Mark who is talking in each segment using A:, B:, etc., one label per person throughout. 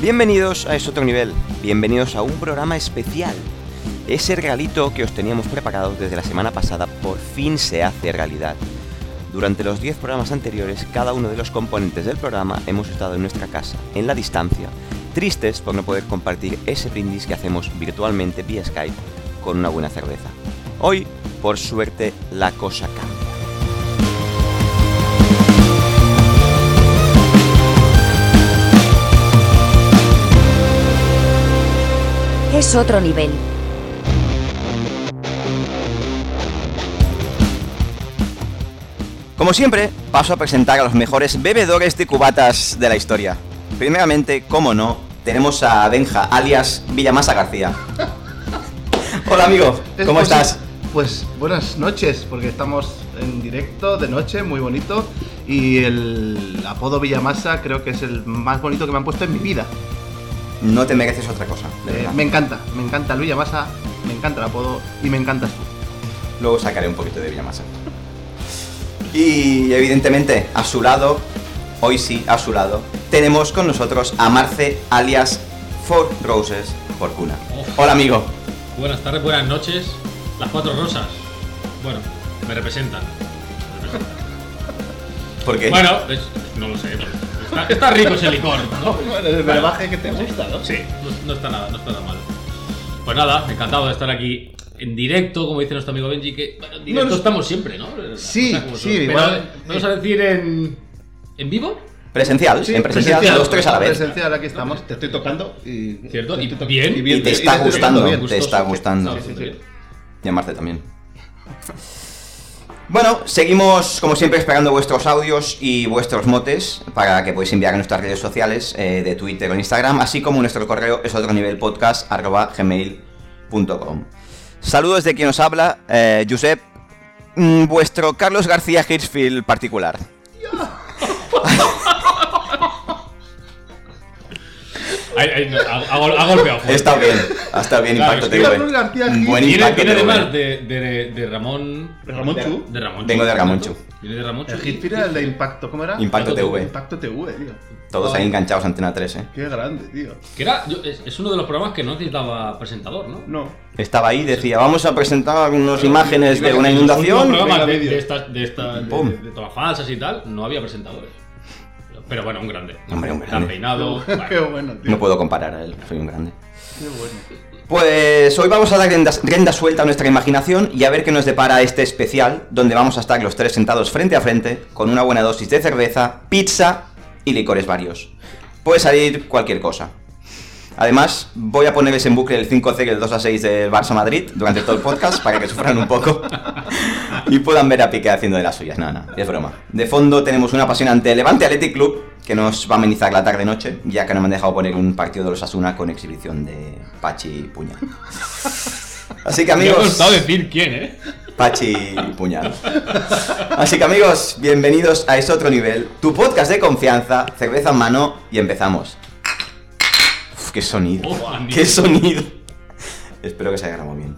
A: Bienvenidos a Es Otro Nivel, bienvenidos a un programa especial. Ese regalito que os teníamos preparado desde la semana pasada por fin se hace realidad. Durante los 10 programas anteriores, cada uno de los componentes del programa hemos estado en nuestra casa, en la distancia, tristes por no poder compartir ese brindis que hacemos virtualmente vía Skype con una buena cerveza. Hoy, por suerte, la cosa cambia.
B: Es otro nivel.
A: Como siempre, paso a presentar a los mejores bebedores de cubatas de la historia. Primeramente, como no, tenemos a Benja, alias Villamasa García. Hola amigo,
C: Es
A: ¿cómo
C: posi-
A: estás?
C: Pues buenas noches, porque estamos en directo de noche, muy bonito. Y el apodo Villamasa creo que es el más bonito que me han puesto en mi vida.
A: No te mereces otra cosa, de
C: Eh,
A: verdad.
C: me encanta, me encanta el Villamasa, me encanta el apodo y me encantas tú.
A: Luego sacaré un poquito de Villamasa. Y evidentemente, a su lado, hoy sí, a su lado, tenemos con nosotros a Marce, alias Four Roses Porcuna.
C: Oh.
A: Hola amigo.
D: Buenas tardes, buenas noches. Las cuatro rosas. Bueno, me representan. Me representan.
A: Porque
D: Bueno, es- no lo sé. pero Está, está rico ese licor, ¿no?
C: el
D: brebaje
C: que te gusta, ¿no?
D: Sí, no, no está nada, no está nada mal. Pues nada, encantado de estar aquí en directo, como dice nuestro amigo Benji, que bueno, en directo
C: No, no-
D: estamos siempre, ¿no? Las
C: Sí,
D: cosas como
C: sí,
D: son. Pero, eh,
C: igual-
D: vamos a decir en. ¿En vivo?
A: presencial, en presencial,
C: presencial,
A: los tres a la vez.
C: Presencial, aquí estamos. Te estoy tocando y.
D: Cierto,
C: te
D: y
C: estoy to-
D: bien.
A: Y te
C: te-
A: está
C: estoy
A: gustando,
C: tocando bien.
A: te está
D: Gustoso.
A: gustando.
D: Sí, sí, sí.
A: Y a Marce también. Bueno, seguimos como siempre esperando vuestros audios y vuestros motes para que podéis enviar a nuestras redes sociales eh, de Twitter o Instagram, así como nuestro correo es otro nivel Saludos de quien os habla, eh, Josep, mm, vuestro Carlos García Hirschfield particular.
D: Ay, ay, no, ha, ha- ha golpeado. joder.
A: Está bien, está bien,
D: Claro,
A: impacto
D: es que
A: TV.
C: Carlos García
A: Un
C: Hirschfield
A: Buen
D: Viene,
A: impacto
D: viene
A: TV.
D: además de, de, de Ramón.
C: Ramón Chu.
D: De Ramón
A: Vengo de Ramón Chu.
D: Viene de Ramón Chu.
C: El hit era el de Impacto, ¿cómo era?
A: Impacto eh. TV.
C: Impacto TV, tío.
A: Todos ahí enganchados a Antena 3, eh.
C: Qué grande, tío.
D: Que era, yo- es, es uno de los programas que no necesitaba presentador, ¿no?
C: No,
A: Estaba ahí, decía, vamos a presentar unas imágenes de una
D: Los
A: inundación.
D: programas de,
C: Venga, vídeo.
D: de estas- de esta- de-
A: Pum.
D: de- de tomas falsas y tal, no había presentadores. Pero bueno, un grande.
A: Hombre, un grande.
D: Tan peinado.
C: qué
D: bueno.
C: bueno, tío.
A: No puedo comparar a él, soy un grande.
C: Qué bueno.
A: Pues hoy vamos a dar rienda, rienda suelta a nuestra imaginación y a ver qué nos depara este especial, donde vamos a estar los tres sentados frente a frente, con una buena dosis de cerveza, pizza y licores varios. Puede salir cualquier cosa. Además, voy a ponerles en bucle el 5C y el 2 a 6 del Barça Madrid durante todo el podcast para que sufran un poco y puedan ver a Piqué haciendo de las suyas. Nada, nada, es broma. De fondo tenemos un apasionante Levante Athletic Club que nos va a amenizar la tarde-noche, ya que no me han dejado poner un partido de los Asuna con exhibición de Pachi y Puñal. Así que
D: Me ha
A: amigos.
D: costado decir quién, ¿eh?
A: Pachi y Puñal. Así que amigos, bienvenidos a Es Otro Nivel, tu podcast de confianza, cerveza en mano y empezamos. Uf, ¡Qué sonido!
D: Oh, Andy.
A: ¡Qué sonido! Espero que se haya grabado bien.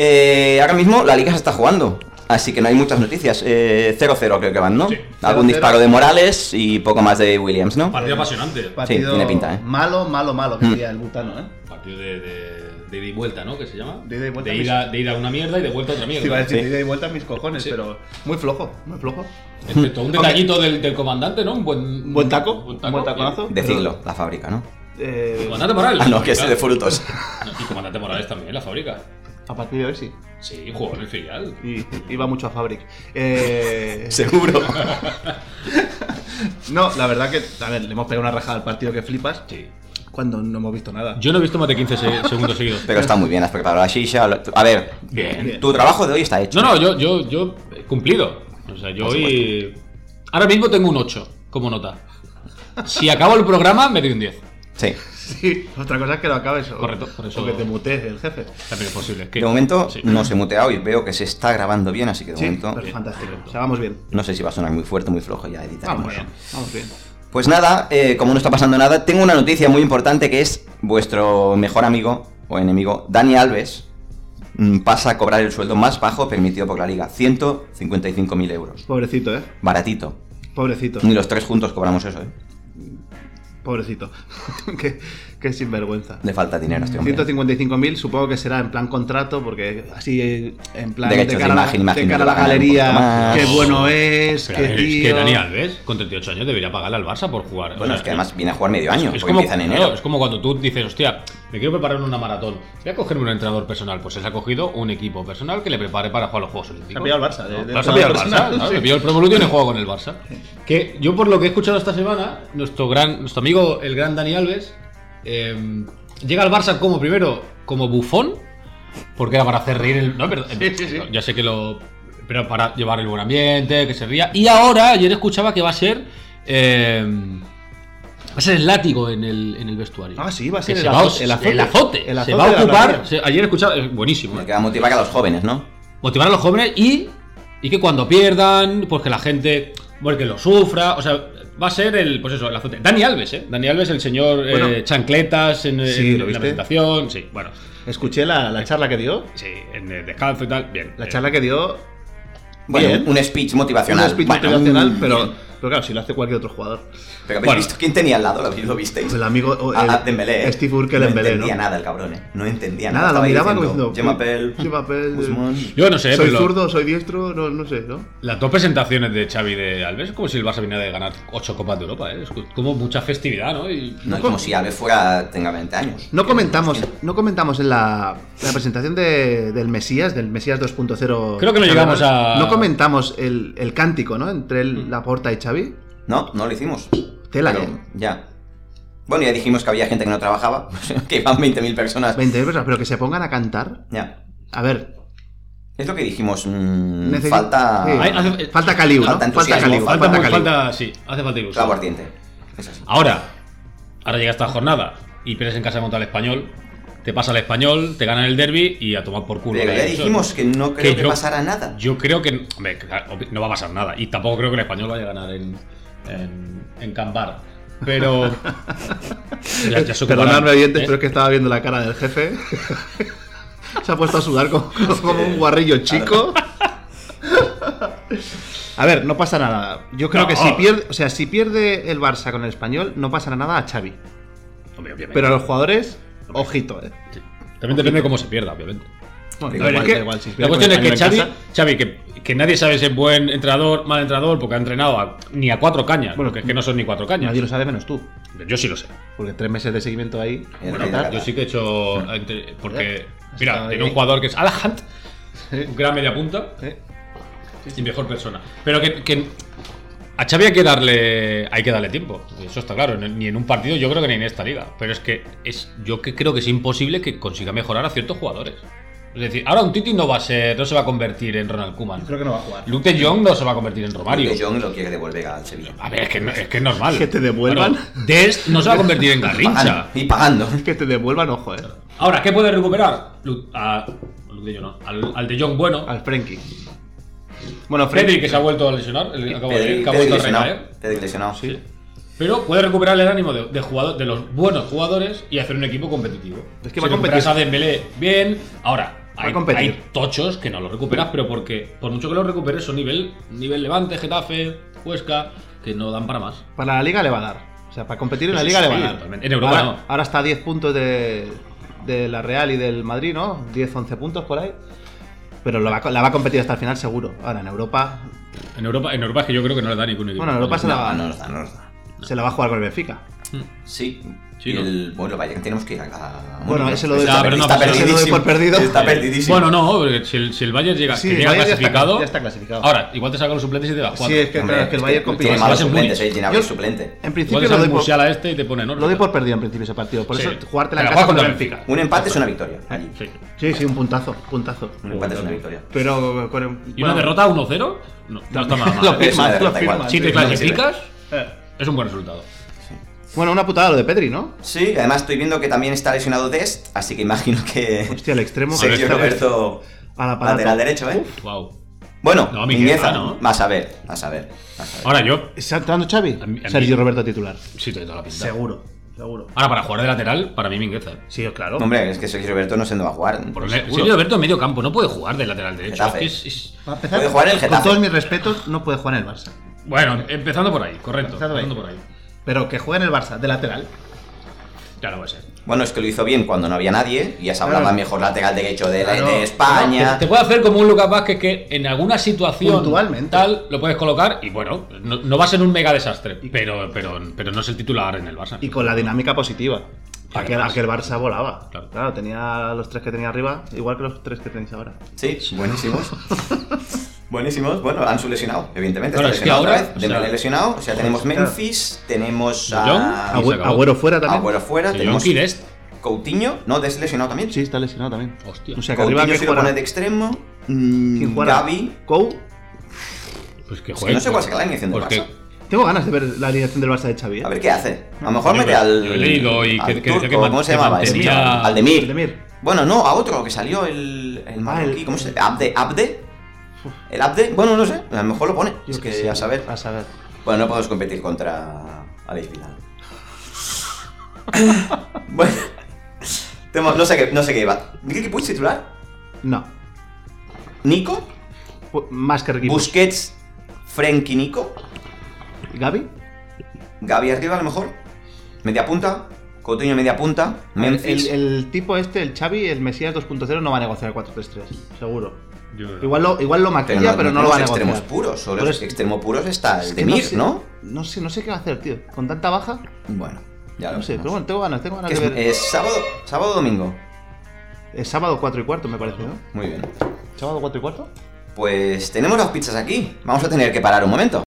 A: Eh, ahora mismo la liga se está jugando, así que no hay muchas noticias. Eh, 0-0 creo que van, ¿no?
D: Sí,
A: Algún
C: 0-0.
A: disparo de Morales y poco más de Williams, ¿no?
D: Partido apasionante.
C: Partido
A: tiene pinta, ¿eh?
C: malo, malo, malo, que
A: Mm.
C: diría el butano, ¿eh?
D: Partido de, de, de ida y vuelta, ¿no? ¿Qué se llama?
C: De ida y vuelta.
D: De ida, de ida a una mierda y de vuelta a otra
C: Sí, iba a
D: mierda.
C: decir,
A: Sí.
C: ida y vuelta a mis cojones,
D: Sí.
C: pero muy flojo, muy flojo.
D: Excepto un detallito del, del comandante, ¿no? Un buen,
C: Un buen taco,
D: un
C: un buen taconazo.
A: Decirlo, la fábrica, ¿no?
D: Y-
C: Eh,
D: Comandante Morales.
A: Ah, no, que es
D: se
A: de frutos.
D: Y comandante Morales también, la fábrica.
C: a partir de hoy sí.
D: Sí, jugó en el filial.
C: Y iba mucho a Fabric. Eh,
A: Seguro.
C: no, la verdad que, a ver, le hemos pegado una rajada al partido que flipas
D: Sí.
C: cuando no hemos visto nada.
D: Yo no he visto más de 15 se- segundos seguidos.
A: Pero está muy bien, has preparado la shisha. lo- A ver,
D: Bien.
A: tu trabajo de hoy está hecho.
D: No, no, yo, yo, yo he cumplido. O sea, yo
A: Por
D: hoy. Ahora mismo tengo un 8 como nota. Si acabo el programa, me doy un 10.
A: Sí.
C: Sí, otra cosa es que lo acabes o,
D: Correcto, por eso-
C: o que te mutees el jefe.
D: También es posible.
A: De momento
D: Sí.
A: no se mutea hoy, veo que se está grabando bien, así que de
C: Sí,
A: momento
C: pero fantástico. O sea, vamos bien.
A: no sé si va a sonar muy fuerte o muy flojo, ya editaremos.
C: Vamos bien, vamos bien.
A: Pues nada, eh, como no está pasando nada, tengo una noticia muy importante que es vuestro mejor amigo o enemigo, Dani Alves, mm, pasa a cobrar el sueldo más bajo permitido por la liga, 155.000 euros.
C: Pobrecito, ¿eh?
A: Baratito.
C: Pobrecito.
A: Ni los tres juntos cobramos eso, ¿eh?
C: Pobrecito. qué, qué sinvergüenza.
A: Le falta dinero a este hombre.
C: 155.000 supongo que será en plan contrato, porque así eh, en plan
A: Derechos de
C: cara, a la-
A: imagen, imagen,
C: de cara a la
A: ganar un poquito
C: galería,
A: más.
C: qué bueno es,
D: Pero
C: qué
D: es
C: tío.
D: que Dani Alves, con 38 años, debería pagarle al Barça por jugar. O
A: Bueno,
D: sea,
A: es que además viene a jugar medio año,
D: es
A: porque
D: como,
A: empieza en
D: claro,
A: enero.
D: es como cuando tú dices, hostia, me quiero preparar una maratón. Voy a cogerme un entrenador personal. Pues él se ha cogido un equipo personal que le prepare para jugar los Juegos Olímpicos.
C: Se ha pillado al Barça, eh, de-
D: ¿No?
C: de
D: Barça ha pillado al Barça.
C: personal,
D: claro,
C: sí.
D: le pilló el Pro Evolution y juega con el Barça. Que yo, por lo que he escuchado esta semana, nuestro, gran, nuestro amigo, el gran Dani Alves, eh, llega al Barça como primero, como bufón, porque era para hacer reír el. No, pero.
C: Sí, sí, sí.
D: Ya sé que lo. Pero para llevar el buen ambiente, que se ría. Y ahora, ayer escuchaba que va a ser. eh, va a ser el látigo en el, en el vestuario.
C: Ah, sí, va a ser
D: Que
C: el
D: se
C: azote,
D: El
C: el
D: azote.
C: azote. El
D: se
C: azote
D: va
C: de
D: a
C: la
D: ocupar.
C: plantilla.
D: se- ayer escuchaba. eh, Buenísimo.
A: Porque va a motivar a los jóvenes, ¿no?
D: Motivar a los jóvenes y. Y que cuando pierdan, pues que la gente. Pues que lo sufra. O sea, va a ser el. Pues eso, el azote. Dani Alves, ¿eh? Dani Alves, el señor eh,
C: Bueno.
D: chancletas en,
C: Sí,
D: en
C: ¿lo
D: la
C: viste?
D: presentación. Sí, bueno.
C: Escuché la, la charla que dio,
D: Sí, en eh, descalzo y tal. Bien.
C: la
D: Eh,
C: charla que dio,
A: Bueno,
C: Bien.
A: un speech
C: un
A: motivacional.
C: speech
A: Bueno,
C: motivacional,
A: mm,
C: pero,
A: bien.
C: pero claro, si lo hace cualquier otro jugador.
A: Pero habéis
D: Bueno.
A: visto quién tenía al lado, lo, lo visteis.
C: Pues El amigo o
A: Ah,
C: el-
A: ah, Dembélé, eh.
C: Steve Urkel
A: no
C: Dembélé,
A: entendía
C: ¿no?
A: nada el cabrón, eh. No entendía
C: Nada,
A: nada.
C: lo miraba
A: Estaba diciendo,
C: como diciendo,
A: Pell,
C: "Je m'appelle,
A: Guzmán".
D: Yo no sé,
C: soy
D: pero lo-
C: zurdo, soy diestro, no, no sé, ¿no?
D: las dos presentaciones de Xavi y de Alves es como si el Barça viniera de ganar ocho copas de Europa, ¿eh? Es como mucha festividad, ¿no? Y-
A: No es como si Alves fuera, tenga 20 años.
C: No comentamos, no comentamos en la, la presentación de- del Mesías, del Mesías 2.0.
D: Creo que no llegamos a- Mm.
C: No comentamos el, el cántico, ¿no? Entre el, Laporta y Xavi.
A: No, no lo hicimos.
C: Tela,
A: Pero,
C: ¿eh?
A: Ya. Bueno, ya dijimos que había gente que no trabajaba, que iban 20.000 personas.
C: 20 personas, pero que se pongan a cantar.
A: Ya.
C: A ver,
A: Es lo que dijimos. mm,
C: necesi-
A: Falta.
C: sí.
D: Hay- hace-
C: falta Caliu, ¿no?
A: falta
C: Falta
A: entusiasmo,
C: Caliu,
D: falta,
C: falta
D: mu-
C: Caliu.
D: falta- sí, hace falta ilusión.
A: Clavo ardiente. Es así.
D: Ahora, ahora llega esta jornada y pierdes en casa contra el español, te pasa el español, te ganan el derby y a tomar por culo.
A: Pero
D: la
A: ya
D: ilusión.
A: dijimos que no creo
D: Que
A: que,
D: yo-
A: pasara nada.
D: Yo creo que hombre, claro, obvi- no va a pasar nada. Y tampoco creo que el español vaya a ganar en, en, en Cambar. Pero. ya, ya se ocuparán,
C: Perdonadme, oyentes,
D: ¿eh?
C: pero es que estaba viendo la cara del jefe. se ha puesto a sudar como, como un guarrillo chico. A ver, no pasa nada. Yo creo
D: No.
C: que si pierde, o sea, si pierde el Barça con el español, no pasará nada a Xavi.
D: Hombre, obviamente.
C: Pero a los jugadores, ojito, eh.
D: Sí. También depende de cómo se pierda, obviamente.
C: Bueno,
A: Pero
C: da
A: es
C: igual,
A: que-
C: da igual, si
D: La
C: pierde con
D: cuestión es que
C: español en
D: Xavi,
C: casa-
D: Xavi que, que nadie sabe si es buen entrenador, mal entrenador, porque ha entrenado a- ni a cuatro cañas. Bueno,
C: Bueno,
D: que, es que no son ni cuatro cañas.
C: Nadie lo sabe menos tú.
D: Yo sí lo sé.
C: Porque tres meses de seguimiento ahí.
A: Bueno,
C: ¿qué tal?
A: claro.
D: Yo sí que he hecho. entre- Porque.
C: Ah. Está
D: Mira,
C: ahí.
D: tiene un jugador que es Alahant,
C: Sí.
D: un gran media punta
C: ¿Eh?
D: y mejor persona. Pero que. que a Xavi hay que darle hay que darle tiempo, eso está claro, ni en un partido yo creo que ni en esta liga, pero es que es yo que creo que es imposible que consiga mejorar a ciertos jugadores. Es decir, ahora un Titi no va a ser no se va a convertir en Ronald Koeman.
C: Creo que no va a jugar.
D: Luke de Jong no se va a convertir en Romario.
A: Porque John lo quiere devolver al Sevilla.
D: A ver, es que, no- es que es normal.
C: Que te devuelvan.
D: Bueno, Dest no se va a convertir en Garrincha.
A: Pagando, y pagando.
C: Que te devuelvan, ojo, eh.
D: Ahora, ¿qué puede recuperar? Lu- a- Luke de Jong no, al, al de Jong bueno.
C: Al Frenkie. Bueno,
D: Freddy, que
C: Frenkie.
D: se ha vuelto a lesionar. el- acabo de leer,
A: Pedri-
D: que ha
A: Pedri
D: vuelto a
A: lesionado.
D: recaer.
A: Pedri lesionado.
D: Sí. Pero puede recuperar el ánimo de, de jugador, de los buenos jugadores y hacer un equipo competitivo.
C: Es que
D: Si
C: va a
D: recuperas
C: competir.
D: a Dembélé bien. Ahora,
C: Va a
D: hay,
C: competir.
D: hay tochos que no lo recuperas, pero porque por mucho que lo recuperes son nivel, nivel Levante, Getafe, Huesca, que no dan para más.
C: Para la liga le va a dar. O sea, para competir en la
D: Sí,
C: liga
D: sí,
C: le va a dar.
D: totalmente. En Europa
C: ahora,
D: no.
C: ahora está a 10 puntos de, de la Real y del Madrid, ¿no? 10, 11 puntos por ahí. Pero lo va a co- la va a competir hasta el final seguro. Ahora en Europa
D: En Europa, en Europa es que yo creo que no le da ningún equipo.
C: Bueno, en Europa se la va-
A: No, no nos da, no nos da.
C: se la va a jugar con el Benfica.
A: Sí.
D: Sí,
A: y
D: ¿no?
A: el, bueno, vaya que tenemos que ir a la.
C: Bueno, ese lo doy-
A: está,
D: Ah, pero no
A: está
D: ha pasado.
A: perdidísimo.
C: Ese lo doy por perdido.
A: Está perdidísimo.
D: Bueno, no, porque si el, si el Bayern llega,
C: Sí,
D: que
C: el
D: llega
C: Bayern ya está-
D: clasificado,
C: ya está clasificado.
D: Ahora, igual te saca los suplentes y te da Juan.
C: Sí, es que,
A: Hombre,
C: claro, es que el
A: es
C: Bayern
A: que
C: compite.
A: Tiene
D: más-
A: malos
D: Vas en
A: suplentes,
D: Múnich.
A: eh. Tiene abril
C: Yo-
A: suplente.
C: En
D: igual
C: principio
D: te
C: lo
D: saca
C: doy,
D: un
C: por,
D: Musiala este y te pone enorme.
C: lo doy por perdido en principio ese partido. Por
D: Sí.
C: eso jugártela en
D: Pero
C: casa
D: juega contra
C: contra el
D: el
C: Benfica.
A: Un empate es una victoria. allí.
D: Sí.
C: ¿Eh? Sí, sí, un puntazo, puntazo.
A: Un empate es una victoria.
C: Pero con el-
D: Y
C: bueno,
D: una derrota 1-0, no, no
C: Lo
D: está nada mal. ¿eh?
A: Es una
C: firmas, lo
A: derrota igual.
C: firmas.
D: Si te
A: No me sirve.
D: clasificas, es un buen resultado.
C: Bueno, una putada lo de Pedri, ¿no?
A: Sí, además estoy viendo que también está lesionado Dest, así que imagino que.
C: Hostia, el extremo.
A: Sergio
C: Está-
A: Roberto
C: A la parada.
A: lateral derecho, ¿eh?
D: Wow.
A: Bueno,
D: No,
A: Mingueza,
D: Mingueza, ¿no?
A: Vas a ver, vas a ver. vas a ver.
D: Ahora yo,
C: ¿Está entrando Xavi?
D: A mí- a
C: Sergio
D: mí-
C: Roberto titular.
D: sí te doy toda la pinta.
C: Seguro, seguro.
D: Ahora, para jugar de lateral, para mí Mingueza.
C: Sí, claro.
A: Hombre, es que Sergio Roberto no sé dónde va a jugar.
D: Por
A: Puede
D: el- Sergio Alberto en medio campo, no puede jugar de lateral derecho. Es
A: Getafe.
D: que es- es-
C: Para empezar,
A: jugar en el
C: con todos
A: Getafe.
C: mis respetos, no puede jugar en el Barça.
D: Bueno, empezando por ahí, correcto.
C: Empezando
D: Empezando
C: ahí.
D: por ahí.
C: Pero que juegue en el Barça, de lateral.
D: Ya no puede ser.
A: Bueno, es que lo hizo bien cuando no había nadie y ya se hablaba
C: Claro.
A: mejor lateral derecho de,
C: Claro.
A: de España.
D: Te puede hacer como un Lucas Vázquez que en alguna situación
C: Puntualmente.
D: tal lo puedes colocar y bueno, no, no va a ser un mega desastre, pero, pero, pero no es el titular en el Barça.
C: Y con la dinámica positiva. Aquel,
D: además-
C: aquel Barça volaba.
D: Claro.
C: Claro. tenía los tres que tenía arriba, igual que los tres que tenéis ahora.
A: Sí, buenísimos. buenísimos. Bueno, han lesionado, evidentemente.
D: Claro,
A: está
D: es que
A: lesionado otra
D: ahora,
A: vez,
D: o
A: Dembélé
D: sea,
A: lesionado. O sea, tenemos
C: claro.
A: Memphis, tenemos
D: De Jong,
A: a.
D: y se
C: Agüero,
D: acabó.
C: Agüero fuera también.
A: Agüero fuera.
D: De
A: tenemos
D: Jong y Dest.
A: Coutinho. No, Dest lesionado también.
C: Sí, está lesionado también.
D: Hostia.
C: O sea, que arriba
A: Coutinho
C: que
A: si lo pone
C: juega.
A: de extremo. Mm,
C: ¿Quién juega?
A: Gavi.
C: Cou.
D: Pues que
A: que
D: juegue,
A: no sé cuál
D: pues-
A: será la alineación del
D: pues que-
A: Barça.
C: Tengo ganas de ver la alineación del Barça de Xavi. ¿eh?
A: A ver qué hace. A lo mejor
D: Yo
A: mete
D: le-
A: al.
D: yo he leído y
A: al
D: que- que decía que
A: turco,
D: man-
A: ¿Cómo se
D: que
A: llamaba? ese?
D: mantenía-
A: Al Demir.
C: El Demir.
A: Bueno, no, a otro que salió el. El marroquí,
C: Ah, el-
A: ¿Cómo se ¿Abde? ¿Abde? ¿El Abde? Bueno, no sé. A lo mejor lo pone.
C: Yo
A: Es
C: qué
A: que
C: sé,
A: a saber.
C: A saber.
A: Bueno, no podemos competir contra Alex Vidal. bueno, tenemos, no sé qué, no sé qué iba. ¿Ricky Puig titular?
C: No.
A: ¿Nico?
C: Pu- Más que Ricky.
A: ¿Busquets? ¿Frenkie Nico?
C: ¿Gaby?
A: ¿Gaby arriba a lo mejor? ¿Media punta? ¿Coutinho media punta? ¿Memphis?
C: El, el tipo este, el Xavi, el Mesías 2.0, no va a negociar 4-3-3, seguro.
D: yo-
C: Igual lo, igual lo maquilla, pero no, lo va
A: los
C: a negociar.
A: extremos puros, solo
C: Pero
A: los
C: es-
A: extremos puros está el
C: Es
A: de
C: que
A: Mir,
C: sé-
A: ¿no?
C: No sé, no sé qué va a hacer, tío. Con tanta baja,
A: Bueno, ya lo
C: no sé.
A: veremos.
C: Pero bueno, tengo ganas, tengo ganas
A: ¿Qué
C: de
A: es,
C: ver.
A: es sábado, sábado o domingo.
C: Es sábado 4 y cuarto, me parece, ¿no?
A: Muy bien.
C: ¿Sábado 4 y cuarto?
A: Pues tenemos las pizzas aquí. Vamos a tener que parar un momento.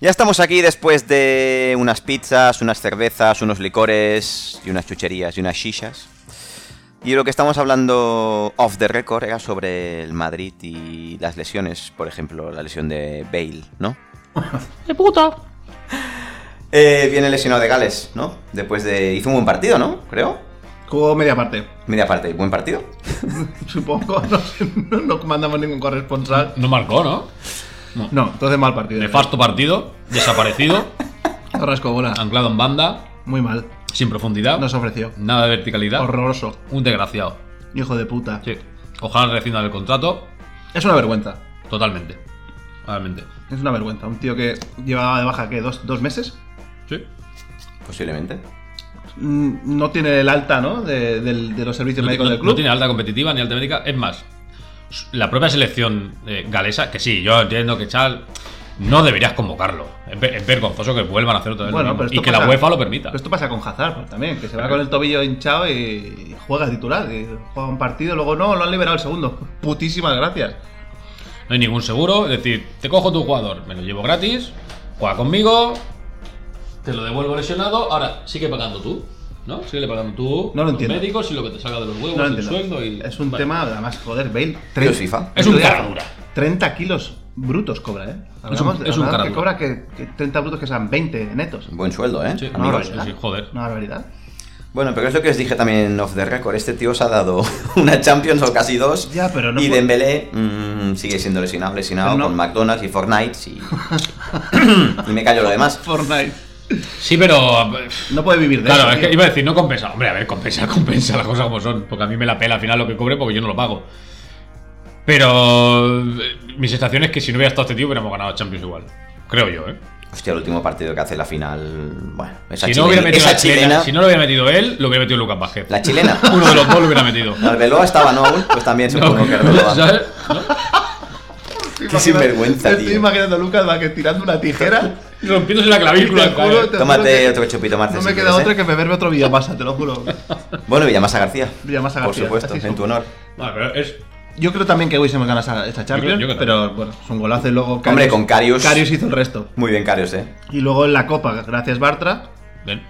A: Ya estamos aquí después de unas pizzas, unas cervezas, unos licores y unas chucherías y unas shishas. Y lo que estamos hablando off the record era sobre el Madrid y las lesiones, por ejemplo, la lesión de Bale, ¿no?
E: ¡De puta!
A: Eh, viene lesionado de Gales, ¿no? Después de... Hizo un buen partido, ¿no? Creo.
C: Jugó media parte.
A: Media parte, buen partido.
C: Supongo, no, sé, no, no mandamos ningún corresponsal.
D: No marcó, ¿no?
C: No, entonces mal
A: Eh.
C: partido.
D: Nefasto partido, desaparecido,
C: Carrasco bola.
D: anclado en banda,
C: Muy mal.
D: sin profundidad,
C: Nos ofreció.
D: nada de verticalidad,
C: Horroroso.
D: un desgraciado.
C: Hijo de puta.
D: Sí. Ojalá rescindan el contrato
C: Es una vergüenza.
D: totalmente. Totalmente.
C: Es una vergüenza. Un tío que llevaba de baja, ¿qué? ¿Dos, dos meses?
D: Sí.
A: Posiblemente.
C: Mm, No tiene el alta, ¿no? De, del- de los servicios médicos del club.
D: no tiene alta competitiva ni alta médica. Es más, la propia selección eh, galesa, que sí, yo entiendo que Chal no deberías convocarlo. Es, ver- es vergonzoso que vuelvan a hacer otra vez lo
C: Bueno,
D: mismo.
C: pero
D: y
C: esto
D: que la
C: pasa-
D: UEFA lo permita.
C: Pero esto pasa con Hazard pues, también, que se va
D: Claro.
C: con el tobillo hinchado y juega titular. y juega un partido, luego no, lo han liberado el segundo. Putísimas gracias.
D: No hay ningún seguro. Es decir, te cojo tu jugador, me lo llevo gratis, juega conmigo, te lo devuelvo lesionado. Ahora sigue pagando tú, ¿no? Sigue pagando tú.
C: No lo
D: los
C: entiendo.
D: médicos y lo que te salga de los huevos,
C: No lo
D: el sueldo
C: entiendo.
D: y.
C: Es un
D: Vale.
C: tema, además, joder, Bale.
A: Dios, FIFA.
D: Es un cara dura.
C: 30 kilos brutos cobra, ¿eh?
D: Es un- es un
C: hablamos
D: cara
C: que
D: dura.
C: cobra que, que 30 brutos que sean 20 netos.
A: Buen sueldo, ¿eh?
D: Sí,
A: Amigos.
D: no, sí, sí, joder.
C: Una barbaridad.
A: Bueno, pero es lo que os dije también off the record. Este tío os ha dado una Champions o casi dos.
C: Ya, pero no
A: Y
C: puede-
A: Dembélé mm, sigue siendo lesionado, lesionado
C: Pero no-
A: con McDonald's y Fortnite y. y me callo lo demás.
C: Fortnite.
D: Sí, pero. eh,
C: No puede vivir de
D: Claro,
C: eso,
D: es que
C: tío.
D: iba a decir, no compensa. Hombre, a ver, compensa, compensa las cosas como son. Porque a mí me la pela al final lo que cobre porque yo no lo pago. Pero. eh, Mi sensación es que si no hubiera estado este tío, hubiéramos ganado Champions igual. Creo yo, ¿eh?
A: Hostia, el último partido que hace la final. Bueno, esa,
D: Si no,
A: chilena,
D: hubiera metido
A: esa
D: la chilena-
A: chilena.
D: si no lo hubiera metido él, lo hubiera metido Lucas Vázquez.
A: La chilena.
D: Uno de los dos lo hubiera metido.
A: Arbeloa estaba no aún, pues también
D: No,
A: supongo que Arbeloa.
D: ¿sabes?
C: Estoy
A: Qué
C: imaginando-
A: sinvergüenza,
C: me Estoy
A: tío.
C: imaginando a Lucas Vázquez tirando una tijera.
D: Y Rompiéndose la clavícula.
C: Te juro,
D: joder.
C: te juro
A: Tómate
C: que
A: otro chupito, Marce,
C: No
A: si
C: me queda
A: quieres, ¿eh?
C: otra que beberme otro Villamasa, te lo juro.
A: Bueno, Villamasa García.
C: Villamasa García,
A: Por supuesto,
C: así
A: en
C: son.
A: tu honor.
D: Vale, pero es-
C: Yo creo también que hubiésemos ganado esa- esta Champions,
D: yo creo que
C: pero bueno, es un golazo y luego
A: Hombre, con Karius.
C: Karius hizo el resto.
A: Muy bien, Carios, ¿eh?
C: Y luego en la Copa, gracias Bartra,
D: ven.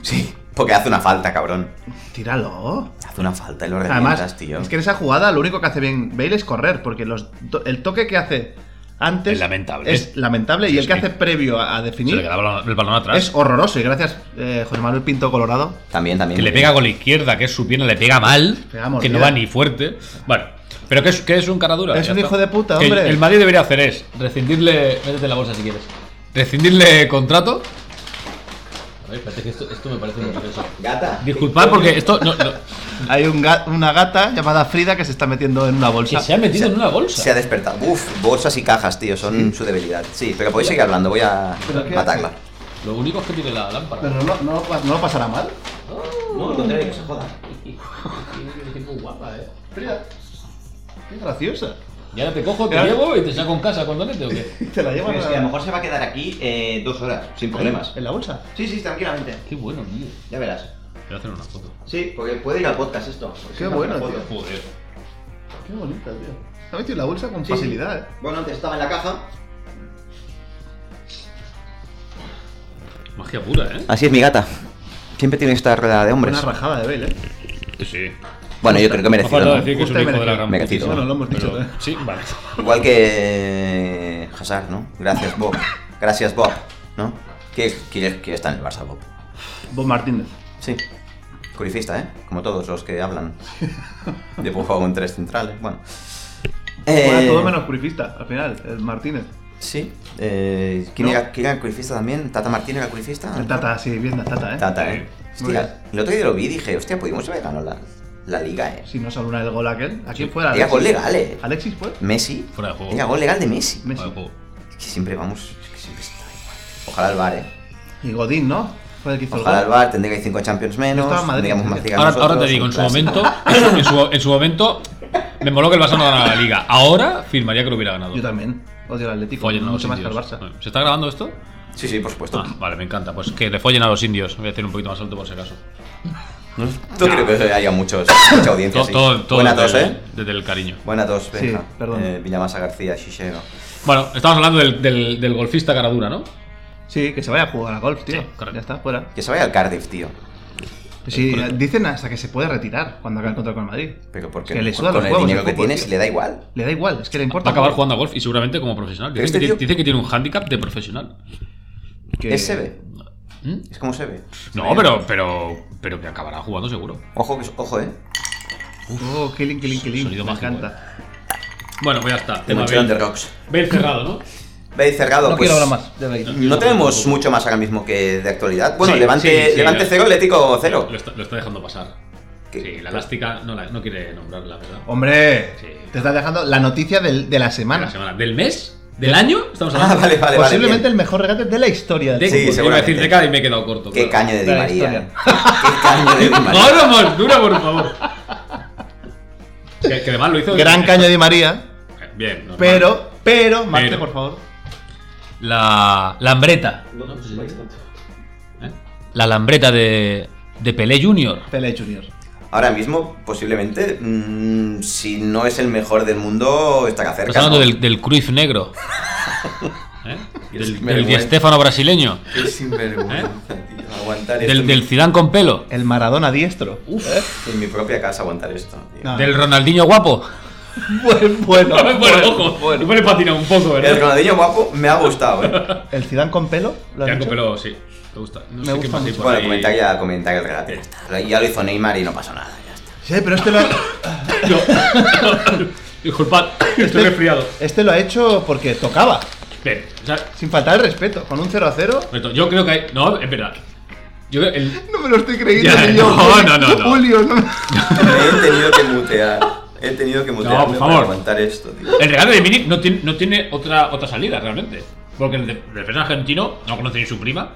A: Sí, porque hace una falta, cabrón.
C: tíralo.
A: Hace una falta y lo revientas,
C: Además,
A: tío.
C: es que en esa jugada lo único que hace bien Bale es correr, porque los to- el toque que hace antes.
D: Es lamentable.
C: Es lamentable.
D: Sí,
C: y el que
D: sí.
C: hace previo a, a
D: Se le
C: definir
D: quedaba el balón atrás.
C: es horroroso. Y gracias, eh, José Manuel Pinto Colorado.
A: También, también.
D: que le pega con la izquierda, que es su pierna, le pega mal,
C: Pega mordida.
D: que no va ni fuerte. Bueno, pero que es, que es un caradura.
C: Es un hijo de puta, hombre.
D: El Madrid debería hacer es rescindirle. Métete en la bolsa si quieres. Rescindirle contrato. A ver, espérate, que esto, esto me parece muy interesante.
A: Gata.
D: Disculpad porque esto. No, no,
C: Hay un ga- una gata llamada Frida que se está metiendo en una
D: que
C: bolsa.
D: se ha metido en una bolsa.
A: Se ha despertado. Uf, bolsas y cajas, tío, son su debilidad. Sí, pero podéis seguir hablando, voy a
C: ¿Pero qué
A: matarla.
C: hace?
D: Lo único es que tiene la lámpara.
C: Pero no, no, lo pas- no lo pasará mal.
A: No, lo contrario, que se joda.
D: Muy guapa, eh.
C: Frida, qué graciosa.
D: Y ahora te cojo, te
C: Claro.
D: llevo y te saco en casa con donete o qué.
C: Te la llevan a-
A: se va a quedar aquí eh, dos horas, sin
C: en la bolsa.
A: Sí, sí, tranquilamente.
D: Qué bueno, tío.
A: Ya verás.
D: Voy a hacer una foto.
A: Sí, porque puede ir al podcast esto. porque
C: Qué
A: es una
C: bueno,
A: foto.
C: tío.
D: Joder.
C: Qué bonita, tío. Está metido en la bolsa con
A: Sí, sí.
C: facilidad, eh.
A: Bueno, antes estaba en la caja.
D: Magia pura, eh.
A: Así es mi gata. Siempre tiene esta rueda de hombres.
C: Una rajada de Bale, eh.
D: Sí.
A: Bueno, yo creo que
D: Me ha faltado
A: merecido. ¿no?
D: decir que es un hijo de la gran
A: Merecido.
D: putísima.
C: Bueno, lo hemos dicho,
D: Pero-
C: ¿eh?
D: Sí, vale.
A: Igual que Hazard, ¿no? Gracias, Bob. Gracias, Bob. ¿No? ¿Qué quieres que está en el Barça, Bob?
C: Bob Martínez.
A: Sí. Curifista, ¿eh? Como todos los que hablan de juego con tres centrales. Bueno.
C: Bueno,
A: Eh,
C: todo menos curifista, al final, el Martínez.
A: Sí. Eh, ¿quién,
C: No.
A: era, quién era el curifista también? ¿Tata Martín era el curifista?
C: El Tata, sí, bien, la Tata, eh.
A: Ah. Tata, ¿eh?
C: Muy
A: Hostia, el otro día lo vi y dije, hostia, pues pudimos haber ganado la, la liga, ¿eh?
C: Si no sale una del gol aquel, ¿a quién
D: Sí.
C: fue?
A: Era gol legal, ¿eh?
C: ¿Alexis fue?
A: Messi.
D: Fuera de juego.
A: Era gol legal de Messi.
C: Messi.
D: Vale, pues, juego.
A: Es que siempre vamos. es que siempre está igual. Ojalá el bar, ¿eh?
C: Y Godín, ¿no? Fue el que hizo
A: Ojalá
C: el
A: el
C: gol.
A: bar tendría 5 Champions menos.
C: estaba en Madrid,
A: Tendríamos más
C: ¿eh?
A: liga
D: Ahora,
A: nosotros,
D: ahora te digo, en su
A: un clásico.
D: momento, en su, en su momento, me moló que el Barça no ganara la liga. Ahora firmaría que lo hubiera ganado.
C: Yo también. Odio al Atlético.
D: Follen a los
C: mucho más que al
D: indios.
C: Barça.
D: ¿Se está grabando esto?
A: Sí, sí, por supuesto.
D: Ah, vale, me encanta. Pues que le follen a los indios. Voy a hacer un poquito más alto por si acaso.
A: No creo que haya muchos, mucha audiencia.
D: Todo,
A: sí.
D: todo, todo
A: Buena
D: desde,
A: tos, ¿eh?
D: desde el cariño.
A: Buena tos, venga.
C: perdón.
A: Eh, Villamasa García, Shishero.
D: Bueno, estamos hablando del, del, del golfista caradura, ¿no?
C: Sí, que se vaya a jugar a golf, tío.
D: Sí, correcto.
C: ya está, fuera.
A: Que se vaya al Cardiff, tío.
C: Sí,
D: correcto.
C: dicen hasta que se puede retirar cuando acabe el contrato con el Madrid.
A: Pero porque
C: Que le
A: con,
C: suda
A: con
C: los
A: el
C: huevos
A: dinero
C: el
A: que
C: fútbol,
A: tienes
C: tío.
A: le da igual.
C: Le da igual, es que le importa.
D: Va a acabar
C: poco.
D: jugando a golf y seguramente como profesional. Dicen,
A: Este
D: que,
A: tío-
D: dicen que tiene un hándicap de profesional.
C: Que-
A: Es se ve.
D: ¿Mm?
A: Es como se ve.
D: No, pero, pero, pero que acabará jugando seguro.
A: Ojo, que- ojo, ¿eh?
C: Oh, killing, killing, killing.
D: Sonido
C: me
D: mágico, eh.
C: encanta.
D: Bueno, pues ya está.
A: Te
D: Tema
A: mancharon de
D: Bale.
A: rocks.
D: Bale cerrado, ¿no?
A: Veis cerrado,
C: No
A: pues.
C: quiero hablar más de Bale.
A: No tenemos mucho más ahora mismo que de actualidad. Bueno,
D: Sí,
A: levante,
D: sí, sí,
A: levante
D: ya.
A: cero, Atlético cero.
D: Lo está, lo está dejando pasar.
A: ¿Qué?
D: Sí, la elástica no, la- no quiere nombrarla, ¿verdad?
C: Hombre,
D: Sí.
C: te estás dejando la noticia del- de la
D: De la
C: semana.
D: semana. ¿Del mes? ¿Del año? Estamos
A: Ah,
D: hablando.
C: Pues
A: vale, vale, vale.
C: Posiblemente
A: bien.
C: el mejor regate de la historia.
D: De,
C: del
A: Sí,
D: iba a
C: fútbol.
A: seguramente.
D: decir de cara y me he quedado corto.
A: Qué
D: claro.
A: caño de Di
C: La
A: María.
C: historia.
A: eh. Qué caño de Di María.
D: ¡Dura, amor! ¡Dura, por favor! que, que además lo hizo.
C: Gran caño de María,
D: Bien, normal.
C: pero, pero, Marte,
D: Pero.
C: por favor.
D: La. Lambreta. ¿Eh? La lambreta de. De Pelé Junior.
C: Pele Junior.
A: Ahora mismo, posiblemente, mm, si no es el mejor del mundo, estará
D: Estás
A: cerca.
D: hablando
A: ¿no?
D: del, del Cruyff negro. ¿Eh? Del, del Di
A: Vergüenza.
D: Stéfano brasileño.
A: Qué sinvergüenza, tío. Aguantar esto
D: ¿Eh? Del,
A: en,
D: del
A: mi-
D: Zidane con pelo.
C: El Maradona diestro. Uf.
A: en mi propia casa, aguantar esto. tío.
C: No.
D: Del Ronaldinho guapo.
C: Bueno, bueno,
D: bueno, ojo. Me patina un poco,
A: El
D: ¿verdad?
A: Ronaldinho guapo me ha gustado. eh.
C: El Zidane con pelo, lo has
D: Ya
C: dicho?
D: pelo, sí. Me gusta. No
C: Me
D: sé qué
C: gusta
D: más hay
C: mucho.
D: por
A: Bueno,
D: ahí.
A: comentar ya, comentar el regate. Ya, está. ya lo hizo Neymar y no pasó nada. ya está.
C: Sí, pero este lo,
D: No. Disculpad, estoy resfriado.
C: este lo ha hecho porque tocaba.
D: Bien, o sea,
C: Sin faltar el respeto. Con un 0 a 0.
D: Beto, yo creo que hay. No, es verdad. Yo creo el.
C: No me lo estoy creyendo.
D: Ya,
C: ni yo,
D: no,
C: Julio.
D: no, no, no.
C: Julio, no.
A: He tenido que mutear. He tenido que mutear para
D: por favor.
A: aguantar esto, tío.
D: El regalo de Mini no tiene, no tiene otra, otra salida realmente. Porque el de- el defensa argentino, no conoce ni su prima,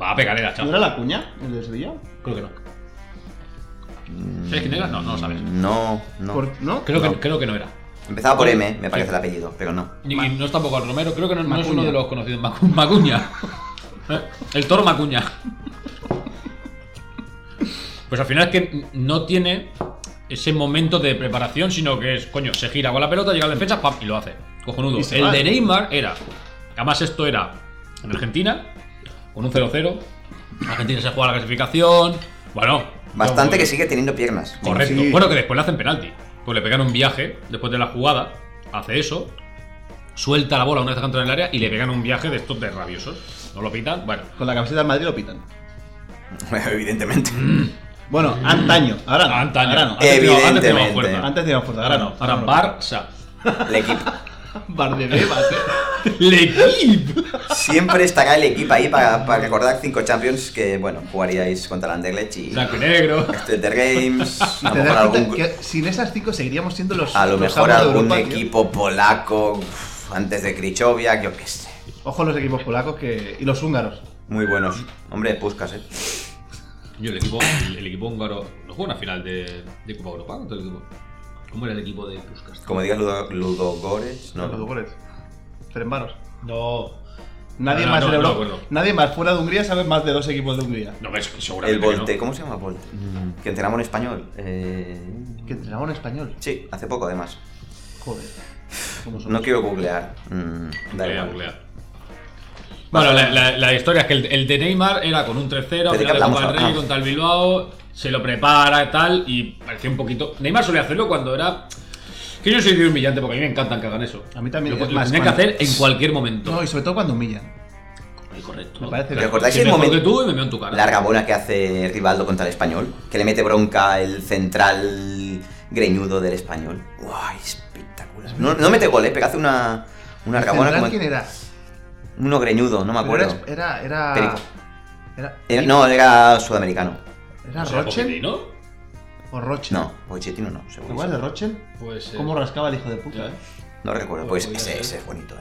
D: va a pegarle la
C: ¿No
D: chapa.
C: era la cuña? ¿El de Sevilla?
D: Creo que no. ¿Sabes quién era? No, no lo sabes.
A: No, no.
C: Por- ¿No?
D: Creo,
A: No.
D: Que, creo que no era.
A: Empezaba por M, me parece el apellido, pero no.
D: Y, y no es tampoco el Romero, creo que no, no es
C: Macuña.
D: uno de los conocidos. Macu- Macuña. Eh, El toro Macuña. Pues al final es que no tiene ese momento de preparación, sino que es, coño, se gira con la pelota, llega a la defensa, pam, y lo hace. Cojonudo.
C: Y se
D: el
C: va.
D: de Neymar era. Además, esto era en Argentina, con un 0-0. Argentina se juega la clasificación. Bueno.
A: Bastante
D: no,
A: que sigue teniendo piernas.
D: Correcto.
C: Sí.
D: Bueno, que después le hacen penalti. Pues le pegan un viaje después de la jugada, hace eso, suelta la bola una vez que entra en el área y le pegan un viaje de estos de rabiosos. No lo pitan, bueno.
C: Con la camiseta del Madrid lo pitan.
A: Evidentemente.
C: Bueno, antaño, ahora no.
D: Antaño.
C: Ahora no.
D: Antes tiraba- antes tiraba
A: Evidentemente.
D: fuerza.
C: Antes teníamos fuerza, ahora no.
D: Ahora Barça.
A: El equipo.
C: Bar de bebas, eh.
D: L'Equipe.
A: Siempre estará el equipo ahí para, para recordar cinco Champions que, bueno, jugaríais contra el Anderlecht y...
D: Blanco y negro.
A: Este The Games,
C: Y
A: a
C: te
A: lo
C: das
A: mejor
C: cuenta
A: algún,
C: que sin esas cinco seguiríamos siendo los.
A: a lo
C: los
A: mejor
C: amos de
A: algún
C: Europa, tío.
A: equipo polaco uf, antes de Krichovia, yo qué sé.
C: Ojo los equipos polacos que. y los húngaros.
A: Muy buenos. Hombre, Puskas, ¿eh?
D: Yo, el equipo, el, el equipo húngaro. ¿No jugó una final de, de Copa Europa? ¿Contra el equipo? ¿Cómo era el equipo de Puskas?
A: Como digas Ludo, Ludogores, no.
C: Los goles. Cerembanos.
D: No.
C: Nadie
D: No,
C: más
D: no,
C: en
D: no,
C: Europa.
D: bueno.
C: Nadie más fuera de Hungría sabe más de dos equipos de Hungría.
D: No, ves, seguramente.
A: El
D: que no.
A: Volte, ¿cómo se llama Volte?
C: Mm.
A: Que entrenamos en español. Eh...
C: Que entrenaba en español.
A: Sí, hace poco además.
C: Joder. ¿Cómo somos?
A: No quiero googlear. Mm, da
D: Googlea,
A: igual.
D: googlea. Bueno, la, la- la historia es que el, el de Neymar era con un 3-0,
A: ¿De qué
D: final de
A: hablamos
D: Copa del Rey
A: ahora?
D: contra el Bilbao, se lo prepara y tal, y parecía un poquito. Neymar solía hacerlo cuando era. Que yo soy de humillante porque a mí me encantan que hagan eso.
C: A mí también,
D: Lo,
C: es
D: lo
C: más,
D: tenían que
C: cuando-
D: hacer en cualquier momento.
C: No, y sobre todo cuando humillan.
D: Ay, correcto.
C: me parece
D: Claro,
A: bien. ¿Recordáis
D: soy
A: el
D: mejor
A: momento-
D: que tú y me meo en tu cara.
A: Larga bola que hace Rivaldo contra el español. Que le mete bronca el central greñudo del español. Guay, espectacular. No, no mete gol, ¿eh? Pero hace una, una larga bola
C: Central,
A: como-
C: ¿Quién Este era?
A: Uno greñudo, no me
C: Pero era-
A: acuerdo.
C: Era. Era.
A: Perico.
C: Era.
A: Era- no, era sudamericano.
C: ¿Era
D: O sea,
C: Rochen?
D: Pochettino,
C: ¿O Rochen?
A: No, Pochettino no,
C: ¿Te
A: seguro.
C: acuerdas de Rochen?
D: Pues. eh,
C: ¿Cómo rascaba el hijo de puta,
D: Ya.
C: eh?
A: No recuerdo, pues ese,
D: ser.
A: ese es bonito, ¿eh?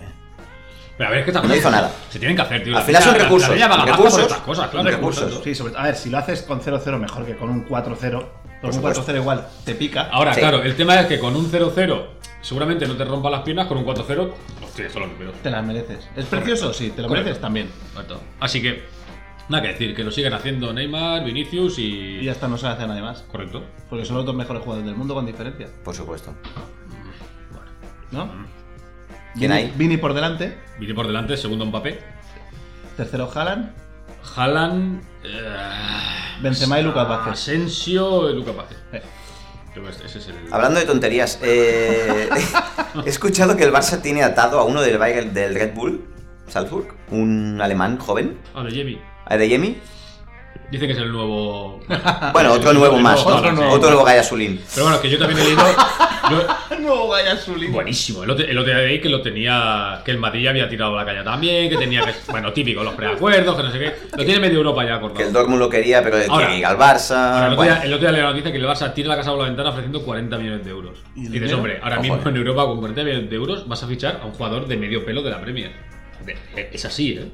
D: Pero a ver, es que estas
A: No
D: cosas
A: hizo nada.
D: Se tienen que hacer, tío.
A: Al final son recursos,
D: La, la,
A: recursos,
D: recursos. Estas cosas, claro,
A: recursos.
D: recursos.
C: Sí, sobre A ver, si lo haces con 0-0 mejor que con un 4-0. Con un
A: supuesto.
C: 4-0 igual te pica.
D: Ahora,
A: Sí.
D: claro, el tema es que con un 0-0 seguramente no te rompa las piernas, con un 4-0 los tienes solo primero.
C: Te las mereces. ¿Es precioso? Sí, te lo
D: Correcto.
C: mereces también.
D: Así que, nada que decir, que lo sigan haciendo Neymar, Vinicius y...
C: Y ya está, no se hace nadie más.
D: Correcto.
C: Porque son los dos mejores jugadores del mundo con diferencia.
A: Por supuesto.
C: ¿No?
A: ¿Quién
C: Vini-
A: hay?
C: Vini por delante.
D: Vini por delante, segundo Mbappé.
C: Tercero Haaland.
D: Haaland... eh,
C: Benzema y Lucas Vázquez.
D: Asensio y Lucas Vázquez.
C: Eh,
D: Yo creo que ese es el...
A: Hablando de tonterías, eh, he escuchado que el Barça tiene atado a uno del, Bayern- del Red Bull, Salzburg, un alemán joven,
D: Ah, de Jimmy.
A: Adeyemi.
D: Dicen que es el nuevo...
A: Bueno, otro nuevo más,
D: Otro
A: otro
D: nuevo.
A: nuevo, otro nuevo Gallasulín.
D: Pero bueno, que yo también he leído... yo-
C: no vayas su línea.
D: Buenísimo, el otro, el otro día leí que lo tenía. Que el Madrid había tirado la caña también, que tenía que. Bueno, típico, los preacuerdos, que no sé qué. Lo tiene medio Europa ya acordado.
A: Que el Dortmund lo quería, pero él
D: Ahora.
A: quiere ir al
D: Ahora,
A: Barça.
D: el, otro
A: bueno.
D: día, el otro día leí la noticia que el Barça tira la casa por la ventana ofreciendo 40 millones de euros.
C: ¿Y
D: Y
C: el
D: dices,
C: dinero?
D: hombre, ahora
A: Ojo,
D: mismo
A: eh.
D: en Europa con 40 millones de euros vas a fichar a un jugador de medio pelo de la Premier. De- eh, Es así, ¿eh?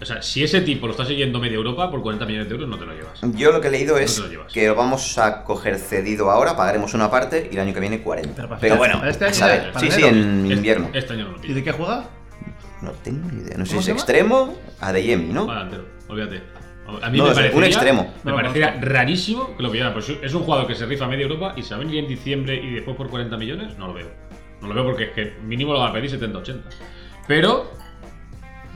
D: O sea, si ese tipo lo está siguiendo media Europa, por 40 millones de euros no te lo llevas.
A: Yo lo que he leído es
D: No te lo llevas.
A: que lo vamos a coger cedido ahora, pagaremos una parte y el año que viene 40.
C: Pero
A: Pero,
C: para-
A: bueno,
C: para este
A: a
C: año,
A: saber,
C: para
A: sí, sí,
C: enero.
A: en
D: Este-
A: invierno.
D: Este, año no lo
C: ¿Y
D: tiro.
C: de qué juega?
A: No tengo ni idea, no sé si
C: ¿Cómo
A: es
C: se llama?
A: extremo, Adeyemi, ¿no?
D: Vale, entero, olvídate. A mí
A: No,
D: me
A: es un
D: parecería,
A: extremo.
D: Me
C: No,
D: parecería
C: no,
D: rarísimo que lo pillara. Pues es un jugador que se rifa a media Europa y se va a venir en diciembre y después por 40 millones. No lo veo. No lo veo porque es que mínimo lo van a pedir 70-80. Pero.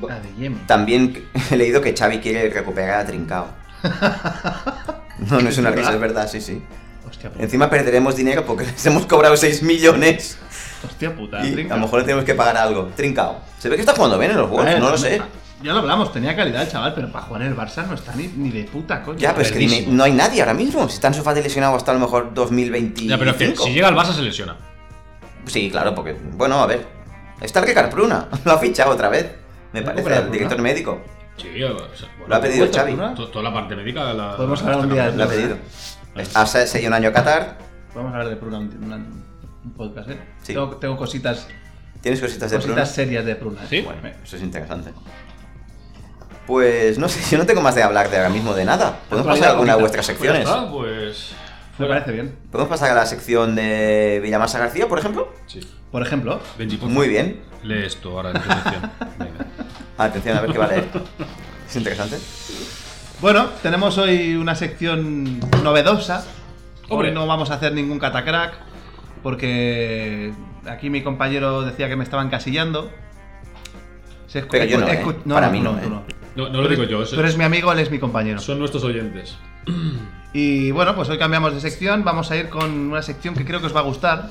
C: La de Yem.
A: También he leído que Xavi quiere recuperar a Trincao. No, no es una risa, es verdad, sí, sí.
C: Hostia puta.
A: Encima perderemos dinero porque les hemos cobrado 6 millones
C: Hostia puta.
A: y
C: Trinca.
A: a lo mejor le tenemos que pagar algo. Trincao. Se ve que está jugando bien en los
C: A ver,
A: Wolves, no lo sé.
C: Ya lo hablamos, tenía calidad el chaval, pero para jugar en el Barça no está ni, ni de puta coño.
A: Ya, pero es que dime,
D: Perdísimo.
A: no hay nadie ahora mismo. Si está en sofá de lesionado hasta a lo mejor 2025.
D: Ya, pero es que si llega al Barça se lesiona.
A: Sí, claro, porque. Bueno, a ver. Está el Ricard Pruna. Lo ha fichado otra vez. Me
C: ¿Ha
A: parece,
C: recuperado
A: el director
C: Pruna?
A: médico.
D: Sí, o sea, bueno,
A: Lo ha pedido
C: ¿Cuesta
A: Xavi.
C: Pruna?
D: to- Toda la parte médica. La,
C: Podemos
D: la-
C: hablar un día de
A: Lo ha pedido. Ha se ha ido un año a Qatar.
C: Vamos a hablar de Pruna un, una- un podcast, ¿eh?
A: Sí.
C: Tengo, tengo cositas,
A: ¿Tienes cositas de Pruna?
C: cositas serias de Pruna. ¿eh?
D: Sí.
A: Bueno, eso es interesante. Pues no sé, yo no tengo más de hablar de ahora mismo de nada. Podemos
C: Actualidad
A: pasar a alguna de
C: bonita.
A: vuestras
D: Pues ya
A: secciones.
D: está, pues.
C: Me parece bien.
A: ¿Podemos pasar a la sección de Villamasa García, por ejemplo?
D: Sí.
C: Por ejemplo,
D: Benji, por
A: Muy
D: favor,
A: bien.
D: Lee esto ahora en tu sección. Venga.
A: Atención, a ver qué va a leer. Es interesante.
C: Bueno, tenemos hoy una sección novedosa.
D: Hombre.
C: Hoy no vamos a hacer ningún catacrack porque aquí mi compañero decía que me estaba encasillando. Se escu-
A: Pero yo no,
C: escu-
A: ¿eh?
C: escu-
A: Para mí no,
C: tú
A: ¿eh?
D: No, no lo digo yo,
C: Tú
D: eso-
C: eres mi amigo, él es mi compañero.
D: son nuestros oyentes.
C: Y bueno, pues hoy cambiamos de sección. Vamos a ir con una sección que creo que os va a gustar.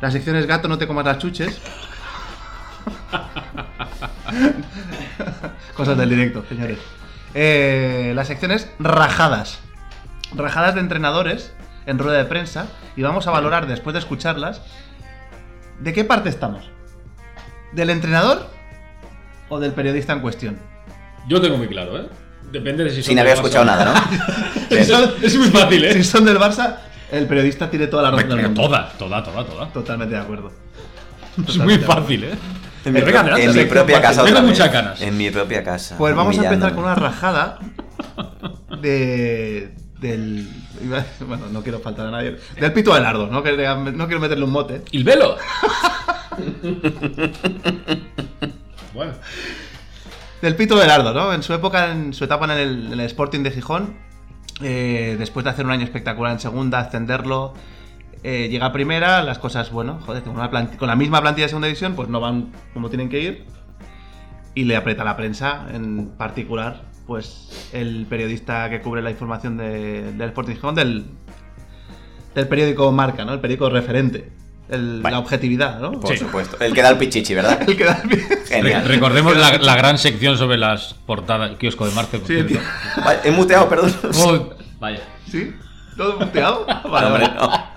C: La sección es gato, no te comas las chuches. Cosas del directo, señores. Eh, la sección es rajadas. Rajadas de entrenadores en rueda de prensa y vamos a valorar después de escucharlas de qué parte estamos. ¿Del entrenador o del periodista en cuestión?
D: Yo tengo muy claro, ¿eh? Depende de si
A: Sin
D: son
A: haber
D: del Barça.
A: escuchado nada, ¿no?
D: Es, es muy fácil, ¿eh?
C: Si son del Barça, el periodista tiene toda la razón. del
D: Pero
C: mundo.
D: toda, toda, toda, toda.
C: Totalmente de acuerdo.
D: Es muy
C: Totalmente.
D: fácil, ¿eh?
A: En mi,
D: Venga,
A: pro-
D: adelante,
A: en mi
D: sección
A: propia
D: fácil.
A: casa
D: Tengo
A: otra vez.
D: muchas ganas.
A: En mi propia casa.
C: Pues vamos a empezar con
A: humillándome.
C: una rajada de. del. iba- Bueno, no quiero faltar a nadie. Del pito de lardo, no, Que- no quiero meterle un mote.
D: ¡Il velo! bueno.
C: Del Pito Velardo, ¿no? En su época, en su etapa en el, en el Sporting de Gijón, eh, después de hacer un año espectacular en segunda, ascenderlo, eh, llega a primera, las cosas, bueno, joder, con, una plant- con la misma plantilla de segunda división, pues no van como tienen que ir. Y le aprieta la prensa, en particular, pues el periodista que cubre la información de- del Sporting de Gijón, del, del periódico Marca, ¿no? El periódico referente, el-
A: Vale. Pues
C: la objetividad, ¿no?
A: Por
D: Sí.
A: supuesto. El que da el pichichi, ¿verdad?
C: El que da
D: Re-
A: Genial.
D: recordemos la, la gran sección sobre las portadas, el kiosco de Marte. por
C: Sí,
D: cierto.
A: Vale, he muteado, perdón.
D: Oh, vaya.
C: ¿Sí? ¿Todo punteado?
A: No,
C: Vale,
A: hombre,
C: vale.
A: no.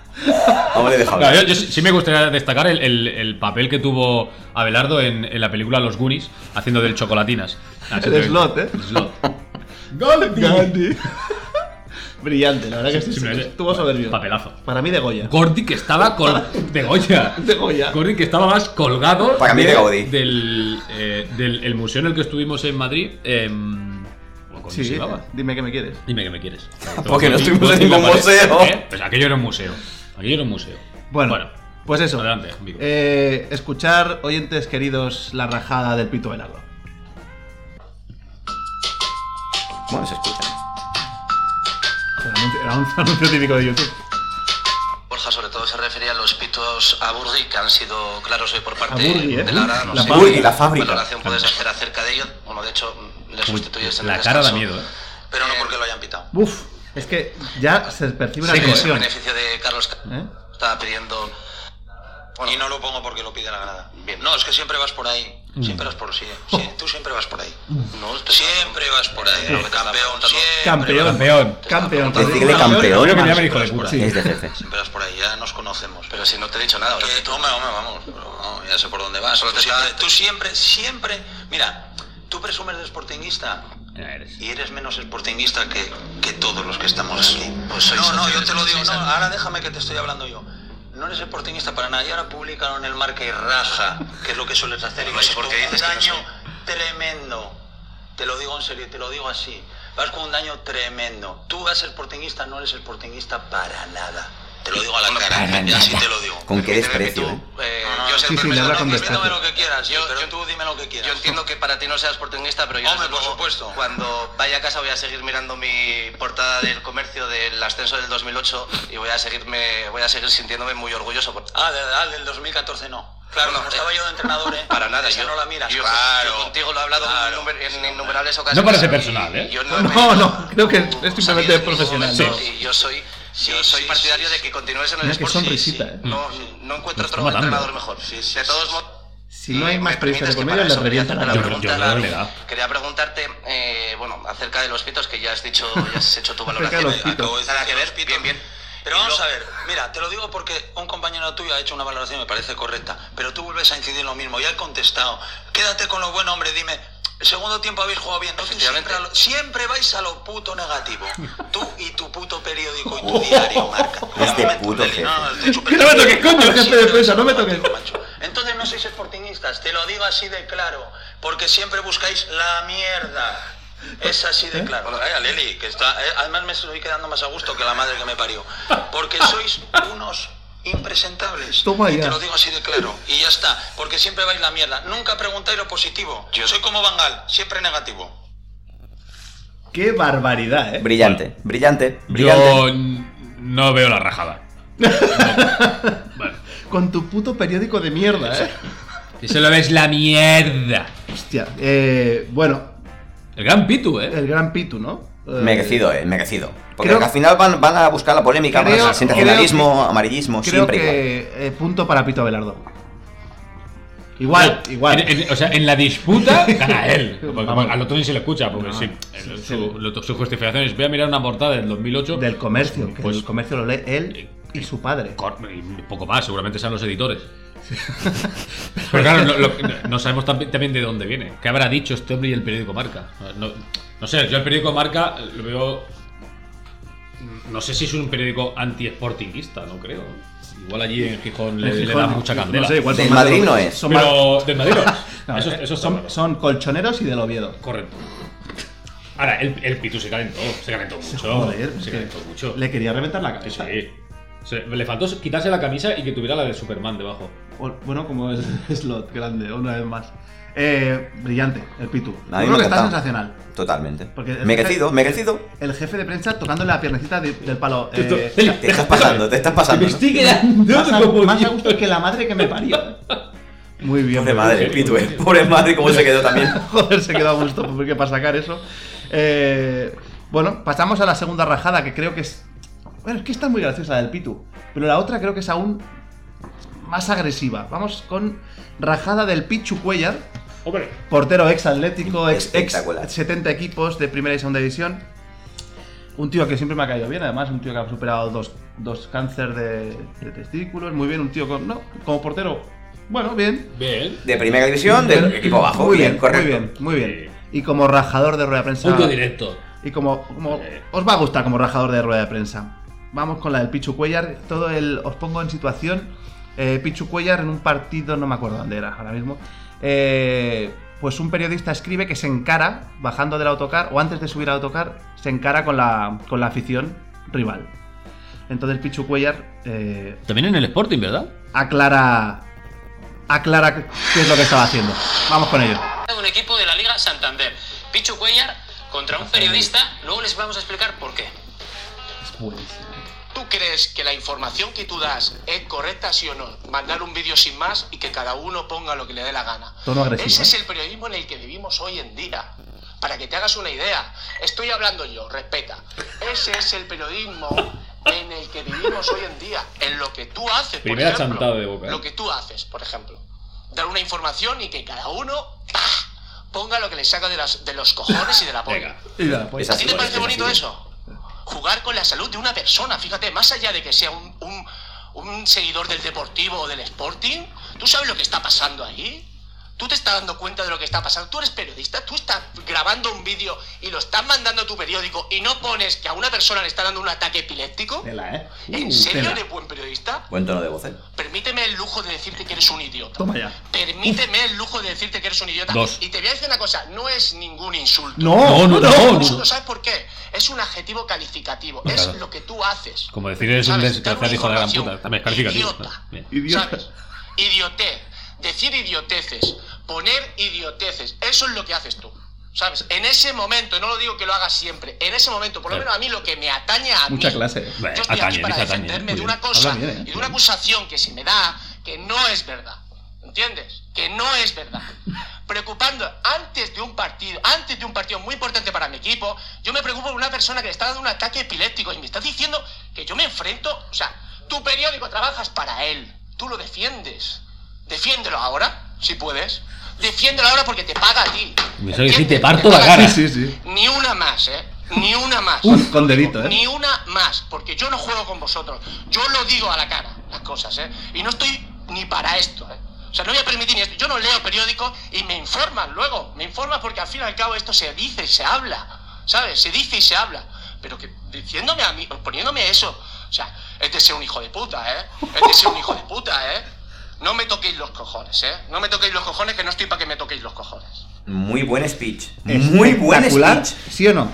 A: Hombre, deja
D: No,
A: hablar.
D: yo, yo sí sí me gustaría destacar el, el- el papel que tuvo Abelardo en, en la película Los Goonies, haciendo del chocolatinas. Ah, Así
C: El
D: que-
C: slot, ¿eh?
D: El slot.
C: Gandhi. Brillante, la verdad que sí, sí,
D: Simplemente-
C: estuvo soberbio.
D: Papelazo.
C: Para mí de Goya.
D: Gordy que estaba col de Goya.
C: De Goya.
D: Gordy que estaba más colgado
A: Para mí de Gaudí.
D: del, eh, del el museo en el que estuvimos en Madrid. em, ¿cómo se
C: Sí,
D: llamaba?
C: dime que me quieres.
D: Dime que me quieres.
A: Porque no estuvimos en
D: Entonces,
A: ningún
D: ¿eh?
A: museo.
D: Pues aquello era un museo. Aquello era un museo.
C: Bueno, pues eso.
D: Adelante, amigo.
C: Eh, escuchar, oyentes queridos, la rajada del pito velado.
A: Bueno, se escucha.
C: Era un- Era un anuncio típico de YouTube.
F: Borja sobre todo se refería a los pitos a Burgi que han sido claros hoy por parte
C: A Burgi, ¿eh?
F: de Lara. No
C: La
F: sé
C: fábrica.
A: Burgi, la fábrica.
F: qué valoración puedes hacer acerca de ello. Bueno, de hecho, le sustituyes en
D: la
F: el
D: cara da
F: descanso,
D: miedo, ¿eh?
F: Pero no porque lo hayan pitado.
C: Uf, es que ya se percibe una
F: Eh,
C: tensión.
F: beneficio de Carlos Ca-
C: ¿eh?
F: estaba pidiendo. Y no lo pongo porque lo pide la ganada. No, es que siempre vas por ahí. Siempre vas por sí. ¿eh? sí, Tú siempre vas por ahí. No, siempre vas por ahí. no, Campeón, siempre
C: Campeón.
D: Campeón.
C: Campeón.
A: Decirle
C: Campeón.
A: campeón.
D: Creo que me
A: hermano.
D: llaman hijo de puta.
C: Sí.
A: Es de jefe.
F: Siempre vas por ahí, ya nos conocemos. Pero si no te he dicho nada. Que, hombre, hombre, vamos. pero no, ya sé por dónde vas. tú, siempre, tú siempre, siempre- Mira, tú presumes de sportinguista
D: Ya eres.
F: y eres menos sportinguista que, que todos los que estamos aquí.
A: pues
F: no, no, yo te lo digo. No, ahora déjame que te estoy hablando yo. No eres sportinguista para nada. Y ahora publicaron el marca y raja, que es lo que sueles hacer. Y
A: Pues
F: vas con un daño tremendo. Te lo digo en serio, te lo digo así. Vas con un daño tremendo. Tú vas sportinguista, no eres sportinguista para nada. Te lo digo a la cara,
A: para
F: ya sí
A: nada.
F: te lo digo.
A: Con qué
F: Permíteme que
A: desprecio,
F: tú, eh,
G: No, no,
F: yo
G: sí,
F: siempre
C: sí, le
F: me-
C: habla
F: no,
C: con
F: no,
C: desprecio.
F: Dime lo que quieras,
G: Yo-
F: pero
G: yo-
F: tú dime lo que quieras.
G: Yo entiendo que para ti no seas portuguista, pero yo
F: Hombre,
G: desde
F: por
G: luego,
F: supuesto.
G: cuando vaya a casa voy a seguir mirando mi portada del comercio del ascenso del 2008 y voy a seguirme voy a seguir sintiéndome muy orgulloso por-
F: Ah, de- ah, del 2014 no. Claro,
G: No,
F: como
G: eh,
F: estaba yo de entrenador, ¿eh?
G: para nada,
F: Esa
G: yo
F: no la miras.
G: yo- yo contigo lo he hablado en
F: claro.
G: innumer- en innumerables ocasiones.
D: No parece
G: y-
D: personal, ¿eh?
G: y yo
C: No,
G: me-
C: no, creo que es
G: Tú
C: simplemente
G: salías en
C: profesional.
G: ningún momento
D: Sí.
G: Y yo soy
F: Sí,
G: yo soy
F: sí,
G: partidario
F: sí,
G: de que continúes en el
C: Mira qué
G: deporte.
C: sonrisita, ¿eh?
G: No, no encuentro
D: Me está
G: otro
D: matando.
G: entrenador mejor.
F: sí,
G: de todos
F: sí.
G: modos
C: Si no hay
G: ¿Me
C: más periodistas
G: permites que
C: de comedia,
G: para
C: les
G: eso
C: revientan
G: quería
C: la
D: Yo
G: hacerte una
C: pregunta.
D: creo- yo creo que
G: pregunta,
D: le da.
G: Quería preguntarte, eh, bueno, acerca de los pitos, que ya has dicho, ya has hecho tu
C: Acerca de
G: valoración.
C: los pitos.
G: Acabo de
F: Nada que ver,
G: bien, bien.
F: Pero
G: Y
F: vamos
G: lo-
F: a ver, mira, te lo digo porque un compañero tuyo ha hecho una valoración, me parece correcta, pero tú vuelves a incidir en lo mismo y ha contestado, quédate con lo bueno, hombre, dime, el segundo tiempo habéis jugado bien, ¿no? Tú
G: Efectivamente.
F: Siempre, a lo- siempre vais a lo puto negativo, tú y tu puto periódico y tu diario, marca.
A: Este
F: No me
A: puto
F: toques,
A: jefe.
F: no, no, estoy
C: Que no me toques, coño,
F: Sí,
C: jefe de prensa, no me
F: macho,
C: toques.
F: macho. Entonces no sois sportinguistas, te lo digo así de claro, porque siempre buscáis la mierda. Es así de claro. Bueno, eh, Leli, que está, eh, además me estoy quedando más a gusto que la madre que me parió. Porque sois unos impresentables.
C: Toma
F: y
C: ya.
F: te lo digo así de claro. Y ya está. Porque siempre vais la mierda. Nunca preguntáis lo positivo. Yo soy como Bangal, siempre negativo.
C: Qué barbaridad, ¿eh?
A: Brillante, brillante,
D: Yo
A: brillante.
D: n- no veo la rajada. No. Bueno,
C: Con tu puto periódico de mierda, ¿eh?
D: que se lo ves la mierda.
C: Hostia, eh, bueno,
D: El gran Pitu, ¿eh?
C: el gran Pitu, ¿no? Eh,
A: Merecido, eh, merecido. Porque
C: creo-
A: al final van, van a buscar la polémica, van a
C: Creo-
A: buscar sensacionalismo,
C: creo
A: amarillismo,
C: Creo
A: siempre igual.
C: que eh, punto para Pito Abelardo. Igual,
D: No,
C: igual.
D: en- en- o sea, en la disputa gana él. Porque
C: Vamos.
D: al otro ni se le escucha, porque
C: No,
D: sí,
C: sí,
D: el-
C: sí.
D: su, lo- su justificación es: voy a mirar una portada del 2008.
C: Del comercio, que
D: Pues-
C: el comercio lo lee él y su padre.
D: Cor- y poco más, seguramente sean los editores. Pero claro, lo- lo- no sabemos tam- también de dónde viene. ¿Qué habrá dicho este hombre y el periódico Marca? No, no sé, yo el periódico Marca lo veo. No sé si es un periódico anti-sportingista, no creo. Igual allí en Gijón le, le da mucha candela.
C: No sé, igual son
A: Del
C: más
A: Madrid
C: lo-
A: no es.
C: son más-
D: Pero del Madrid no.
C: no,
D: eso,
C: eh,
D: eso está
C: son,
D: raro.
C: son colchoneros y del Oviedo.
D: Correcto. Ahora, el, el Pitu se calentó, se calentó mucho.
C: Joder, es
D: se
C: que
D: calentó mucho.
C: Le quería reventar la
D: Sí,
C: cabeza.
D: sí. Se- le faltó quitarse la camisa y que tuviera la de Superman debajo.
C: O- bueno, como es slot grande, una vez más. Eh, brillante, el Pitu.
A: A mí
C: Yo creo
A: me
C: que está
A: encanta.
C: sensacional.
A: Totalmente.
C: Porque el
A: Merecido,
C: jefe-
A: merecido.
C: El jefe de prensa tocándole la piernecita de- del palo. eh,
D: Esto-
C: o sea,
A: Te estás pasando, te estás pasando.
D: Me estoy quedando
C: más, a,
D: como
C: más a
D: Dios.
C: gusto que la madre que me parió. Muy bien.
A: Pobre
C: muy
A: madre,
C: bien.
A: el Pitu, eh. Pobre madre, cómo se quedó también.
C: Joder, se quedó a gusto porque para sacar eso. Eh, bueno, pasamos a la segunda rajada, que creo que es. Bueno, es que está muy graciosa la del Pitu. Pero la otra creo que es aún más agresiva. Vamos con rajada del Pichu Cuellar,
D: Hombre,
C: portero ex Atlético, ex, ex
A: Espectacular.
C: 70 equipos de primera y segunda división. Un tío que siempre me ha caído bien, además, un tío que ha superado dos, dos cáncer de, de testículos. Muy bien, un tío con. No, como portero. Bueno, bien.
D: bien.
A: De primera división, del
C: Pero-
A: equipo bajo.
C: Muy
A: bien,
C: bien,
A: correcto.
C: muy bien, muy bien. Y como rajador de rueda de prensa.
D: Punto directo.
C: Y como, como-
D: Eh.
C: os va a gustar como rajador de rueda de prensa. Vamos con la del Pichu Cuellar. Todo el. Os pongo en situación. eh, Pichu Cuellar en un partido, no me acuerdo dónde era ahora mismo. eh, pues un periodista escribe que se encara, bajando del autocar o antes de subir al autocar, se encara con la, con la afición rival. Entonces Pichu Cuellar eh,
D: También en el Sporting, ¿verdad?
C: aclara. aclara qué es lo que estaba haciendo. Vamos con ello.
H: de un equipo de la Liga Santander. Pichu Cuellar contra un periodista, luego les vamos a explicar por qué.
F: ¿Tú crees que la información que tú das es correcta, sí o no? Mandar un vídeo sin más y que cada uno ponga lo que le dé la gana.
C: Tono agresivo,
F: Ese
C: ¿eh?
F: es el periodismo en el que vivimos hoy en día. Para que te hagas una idea, estoy hablando yo, respeta. Ese es el periodismo en el que vivimos hoy en día, en lo que tú haces. por
D: Primera
F: ejemplo.
D: chantada de boca, ¿eh?
F: Lo que tú haces, por ejemplo. Dar una información y que cada uno ¡pah!, ponga lo que le saca de, las- de los cojones y de la polla.
D: Venga.
C: Y nada, pues-
F: ¿A ti te
A: Así
F: parece
A: es,
F: bonito
A: así es.
F: eso? Jugar con la salud de una persona, fíjate, más allá de que sea un, un- un seguidor del Deportivo o del Sporting, ¿tú sabes lo que está pasando ahí? ¿Tú te estás dando cuenta de lo que está pasando? ¿Tú eres periodista? ¿Tú estás grabando un vídeo y lo estás mandando a tu periódico y no pones que a una persona le está dando un ataque epiléptico?
C: Tela, ¿eh? Uh,
F: ¿En serio
C: tela.
F: eres buen periodista?
A: Buen tono de voz, eh.
F: Permíteme el lujo de decirte que eres un idiota.
C: Toma ya.
F: Permíteme el lujo de decirte que eres un idiota.
D: Dos.
F: Y te voy a decir una cosa, no es ningún insulto.
C: Oh, No,
D: No, no, no.
F: Insulto, ¿Sabes por qué? Es un adjetivo calificativo.
D: Claro.
F: Es lo que tú haces.
D: Como decir eres un
F: ¿Sabes?
D: desgraciado
F: Dar una
D: hijo de la gran
F: información
D: puta. También es calificativo.
F: Idiota.
D: Bien.
C: Idiota.
F: ¿Sabes? Idioté. Decir idioteces. Poner idioteces. Eso es lo que haces tú. ¿Sabes? En ese momento, y no lo digo que lo hagas siempre, en ese momento, por lo
D: Claro.
F: menos a mí lo que me atañe a
C: Mucha
F: mí.
C: clase.
F: Yo
D: Bueno,
F: estoy
D: atañe,
F: aquí para
D: dice atañe,
F: defenderme
D: muy
F: de
D: bien.
F: una cosa
C: Habla bien, eh.
F: y de una acusación que se me da que no es verdad. ¿Entiendes? Que no es verdad. Preocupando antes de un partido, antes de un partido muy importante para mi equipo, yo me preocupo por una persona que le está dando un ataque epiléptico y me estás diciendo que yo me enfrento, o sea, tu periódico trabajas para él, tú lo defiendes. Defiéndelo ahora, si puedes. Defiéndelo ahora porque te paga a ti.
D: Me sale
F: ¿Entiendes?
D: decir, te parto la
F: paga a ti.
D: cara.
C: Sí, sí, sí.
F: Ni una más, ¿eh? Ni una más.
C: Uf, con delito, ¿eh?
F: Ni una más, porque yo no juego con vosotros. Yo lo digo a la cara, las cosas, ¿eh? Y no estoy ni para esto, ¿eh? O sea, no voy a permitir ni esto. Yo no leo periódicos y me informan luego. Me informan porque al fin y al cabo esto se dice y se habla, ¿sabes? Se dice y se habla. Pero que diciéndome a mí, poniéndome eso, o sea, es de ser un hijo de puta, ¿eh? Es de ser un hijo de puta, ¿eh? No me toquéis los cojones, ¿eh? No me toquéis los cojones, que no estoy para que me toquéis los cojones.
A: Muy buen speech. Muy buen
C: Espectacular,
A: speech.
C: ¿Sí o no?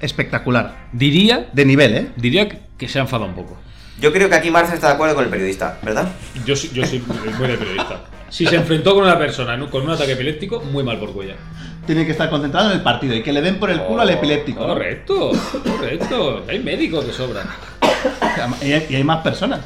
C: Espectacular.
D: Diría,
C: De nivel, ¿eh?
D: diría que se ha enfadado un poco.
A: Yo creo que aquí Marce está de acuerdo con el periodista, ¿verdad?
D: Yo, soy- yo soy muy de periodista. Si se enfrentó con una persona ¿no? con un ataque epiléptico, muy mal por Cuellar.
C: Tiene que estar concentrado en el partido y que le den por el culo al epiléptico. ¿no?
D: Correcto, correcto. Hay médicos que sobran.
C: Y hay, y hay más personas.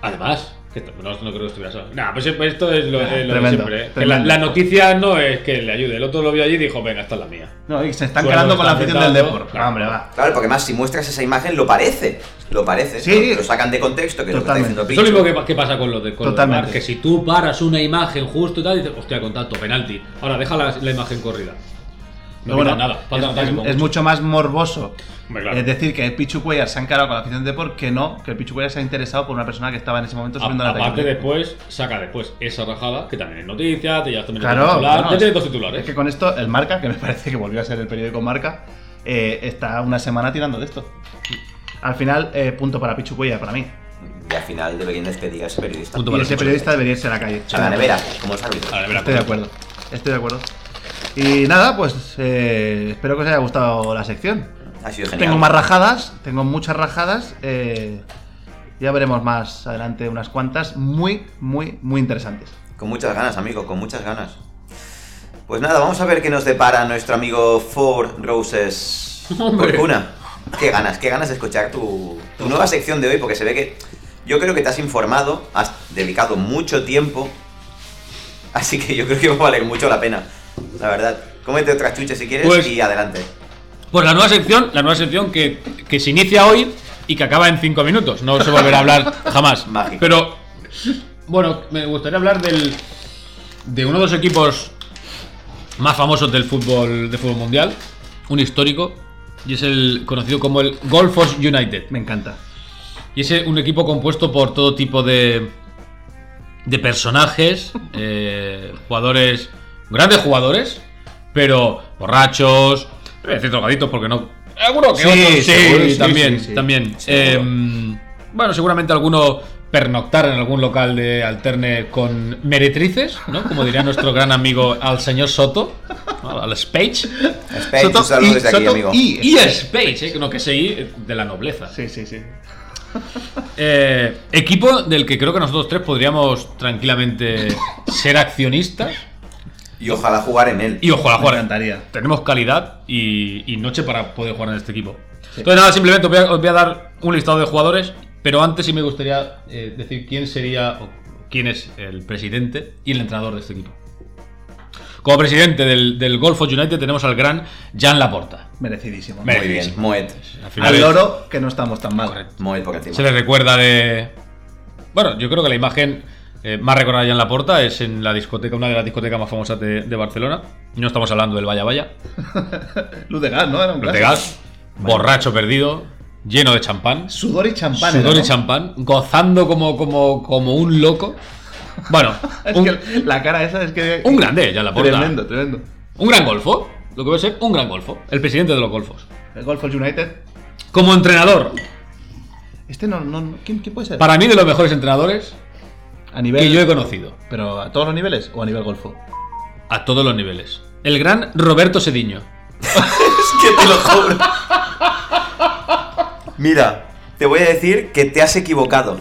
D: Además, Que esto- no, no creo que estuviera solo. Nah, pues siempre esto es lo, es lo de
C: Tremendo,
D: siempre. ¿eh? Que la,
C: tremendo.
D: la noticia no es que le ayude. El otro lo vio allí y dijo, venga, esta es la mía.
C: No, y se están
D: Bueno,
C: calando con la
D: están
C: afición del
D: petando,
C: Depor.
D: claro.
C: Hombre, va.
A: Claro, porque más si muestras esa imagen lo parece. Lo parece.
C: Sí.
A: Lo, lo sacan de contexto, que es lo que está
C: Totalmente.
A: diciendo
D: Es lo mismo
A: Pichu.
D: que, que pasa con lo de con lo de
C: Totalmente.
D: VAR, que si tú paras una imagen justo y tal, dices, hostia, con tanto penalti. Ahora deja la, la imagen corrida.
C: Pero
D: No
C: bueno,
D: pitan nada, falta
C: es,
D: ataque
C: es-
D: con
C: es
D: mucho.
C: mucho más morboso
D: Hombre, claro.
C: es decir que Pichu Cuellar se ha encarado con la afición del Depor que no, que el Pichu Cuellar se ha interesado por una persona que estaba en ese momento subiendo la
D: A- aparte
C: película.
D: después, saca después esa rajada, que también es noticia, te llevas también
C: Claro,
D: otro titular,
C: bueno,
D: ya tienes
C: es-
D: dos titulares.
C: Es que con esto, el Marca, que me parece que volvió a ser el periódico Marca, eh, está una semana tirando de esto. Al final, eh, punto para Pichu Cuellar, para mí.
A: Y al final deberían despedir a ese periodista.
D: Punto
C: Y
D: para
C: ese
D: Pichu
C: periodista debería irse a la calle.
A: A la nevera, como los árbitros.
D: A ver, verá,
C: Estoy de acuerdo, estoy de acuerdo. Y nada, pues eh, espero que os haya gustado la sección.
A: Ha sido genial.
C: Tengo más rajadas, tengo muchas rajadas. eh, ya veremos más adelante unas cuantas muy, muy, muy interesantes.
A: Con muchas ganas, amigo, con muchas ganas. Pues nada, vamos a ver qué nos depara nuestro amigo Four Roses
D: Hombre.
A: Corcuna. Qué ganas, qué ganas de escuchar tu, tu nueva sección de hoy, porque se ve que yo creo que te has informado, has dedicado mucho tiempo, así que yo creo que va a valer mucho la pena, la verdad. Cómete otra chucha si quieres
D: Pues-
A: y adelante.
D: Pues la nueva sección, la nueva sección que, que se inicia hoy y que acaba en 5 minutos. No se volverá a hablar jamás.
A: Mágico.
D: Pero, bueno, me gustaría hablar del, de uno de los equipos más famosos del fútbol, del fútbol mundial, un histórico, y es el conocido como el Golfos United.
C: Me encanta.
D: Y es un equipo compuesto por todo tipo de, de personajes, eh, jugadores, grandes jugadores, pero borrachos, no voy a decir drogaditos porque no. Alguno que
C: Sí,
D: otro,
C: seguro, sí,
D: también,
C: sí, sí.
D: también.
A: Seguro.
D: Eh, bueno, seguramente alguno pernoctar en algún local de alterne con meretrices, ¿no? Como diría nuestro gran amigo al señor Soto, ¿no? al Spage.
A: Spain, un saludo desde aquí,
C: Soto
A: amigo.
C: y-
D: Y Spage, ¿eh? no que se i, de la nobleza.
C: Sí, sí, sí.
D: Eh, equipo del que creo que nosotros tres podríamos tranquilamente ser accionistas.
A: Y ojalá jugar en él.
D: Y ojalá
C: Me
D: jugar.
C: encantaría.
D: Tenemos calidad y, y noche para poder jugar en este equipo. Entonces, nada, simplemente os voy, a, os voy a dar un listado de jugadores. Pero antes sí me gustaría eh, decir quién sería o quién es el presidente y el entrenador de este equipo. Como presidente del, del Golfo United tenemos al gran Jan Laporta.
C: Merecidísimo.
D: Me-
A: Muy bien, Moet.
D: Al final
C: Al
D: es-
C: loro que no estamos tan mal.
D: Correcto.
A: Moet por encima.
D: Se le recuerda de. Bueno, yo creo que la imagen eh, más recordada ya en la porta es en la discoteca, una de las discotecas más famosas de, de Barcelona. No estamos hablando del Vaya Vaya,
C: Luz de gas, ¿no? Era un
D: los de
C: clásico.
D: gas, borracho perdido, lleno de champán,
C: Sudor y champán.
D: sudor
C: era,
D: y
C: ¿no?
D: champán, gozando como, como, como un loco. Bueno,
C: Es
D: un,
C: que la cara esa es que.
D: un grande ya en la porta.
C: Tremendo, tremendo.
D: Un gran golfo. Lo que voy a ser, un gran golfo. El presidente de los golfos.
C: El Golf of United.
D: Como entrenador,
C: Este no. no no- ¿quién, quién puede ser?
D: para mí de los mejores entrenadores
C: a nivel.
D: que yo he conocido.
C: Pero a todos los niveles o a nivel golfo.
D: A todos los niveles. El gran Roberto Sediño.
A: Es que te lo juro. Mira, te voy a decir que te has equivocado.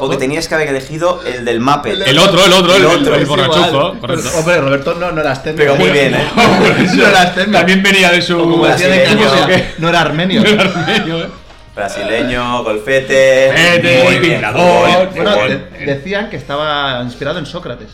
A: Porque tenías que haber elegido el del mape.
D: El otro, el otro, el,
A: El
D: el-
A: otro,
D: el
A: es
D: borrachuzo,
C: Igual.
D: correcto.
C: Hombre, Roberto no, no eras técnico.
A: Pero muy bien, ¿eh?
C: no eras técnico.
D: También venía de su.
C: Como decía de
A: Brasileño.
C: Caño, no era armenio.
D: de Armenio, ¿eh?
A: Brasileño, golfete.
D: Golfete,
A: muy bien,
D: vibrador,
A: muy bien,
C: Bueno,
A: muy bien.
C: de- decían que estaba inspirado en Sócrates,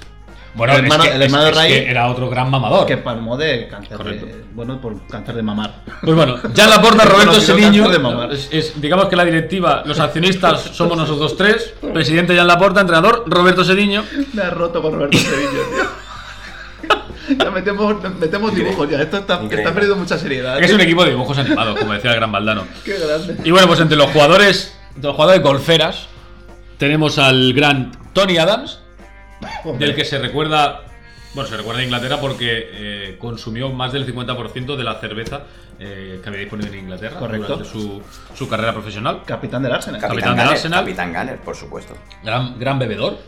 D: Bueno,
C: El hermano-
D: es que,
C: el hermano
D: es- es
C: de Ray.
D: que era otro gran mamador.
C: que palmó de cáncer
D: Correcto.
C: de, bueno, por cáncer de mamar.
D: Pues bueno, ya la porta Roberto
C: Conocido
D: Sediño.
C: tanto de mamar.
D: es- es- digamos que la directiva, los accionistas somos nosotros tres. Presidente Jan Laporta, entrenador Roberto Sediño.
C: Me ha roto con Roberto Sevilla, tío. Ya metemos, metemos dibujos ya, esto está,
A: Increíble.
C: está perdiendo mucha seriedad.
D: Es un equipo de dibujos animados, como decía el gran Baldano.
C: Qué grande.
D: Y bueno, pues entre los jugadores, entre los jugadores golferas, tenemos al gran Tony Adams, del que se recuerda. Bueno, se recuerda a Inglaterra porque eh, consumió más del 50% de la cerveza eh, que había disponible en Inglaterra
C: Correcto.
D: durante su, su carrera profesional.
C: Capitán del Arsenal.
D: Cap-
A: Capitán
D: del
A: Gunner,
D: Arsenal.
A: Capitán Gunner, por supuesto.
D: Gran, gran bebedor.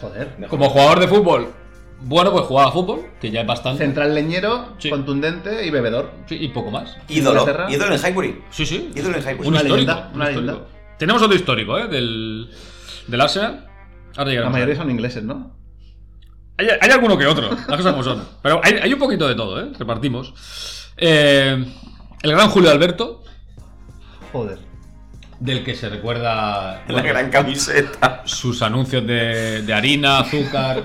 C: Joder.
D: Como jugador de fútbol, bueno, pues jugaba a fútbol, que ya es bastante.
C: Central leñero,
D: Sí.
C: contundente y bebedor.
D: Sí, y poco más.
A: Ídolo.
C: Inglaterra.
A: Ídolo en Highbury.
D: Sí, sí.
A: Ídolo en Highbury.
D: Un
C: Una
D: histórico.
C: leyenda,
D: un
C: una
D: histórico.
C: leyenda.
D: Tenemos otro histórico, ¿eh? Del, del Arsenal.
C: La
D: Ahora llegaremos a él.
C: mayoría son ingleses, ¿no?
D: Hay, hay alguno que otro, las cosas como son. Pero hay, hay un poquito de todo, ¿eh? Repartimos. Eh, el gran Julio Alberto,
C: Joder.
D: del que se recuerda
A: La
D: bueno,
A: gran camiseta.
D: sus anuncios de, de harina, azúcar,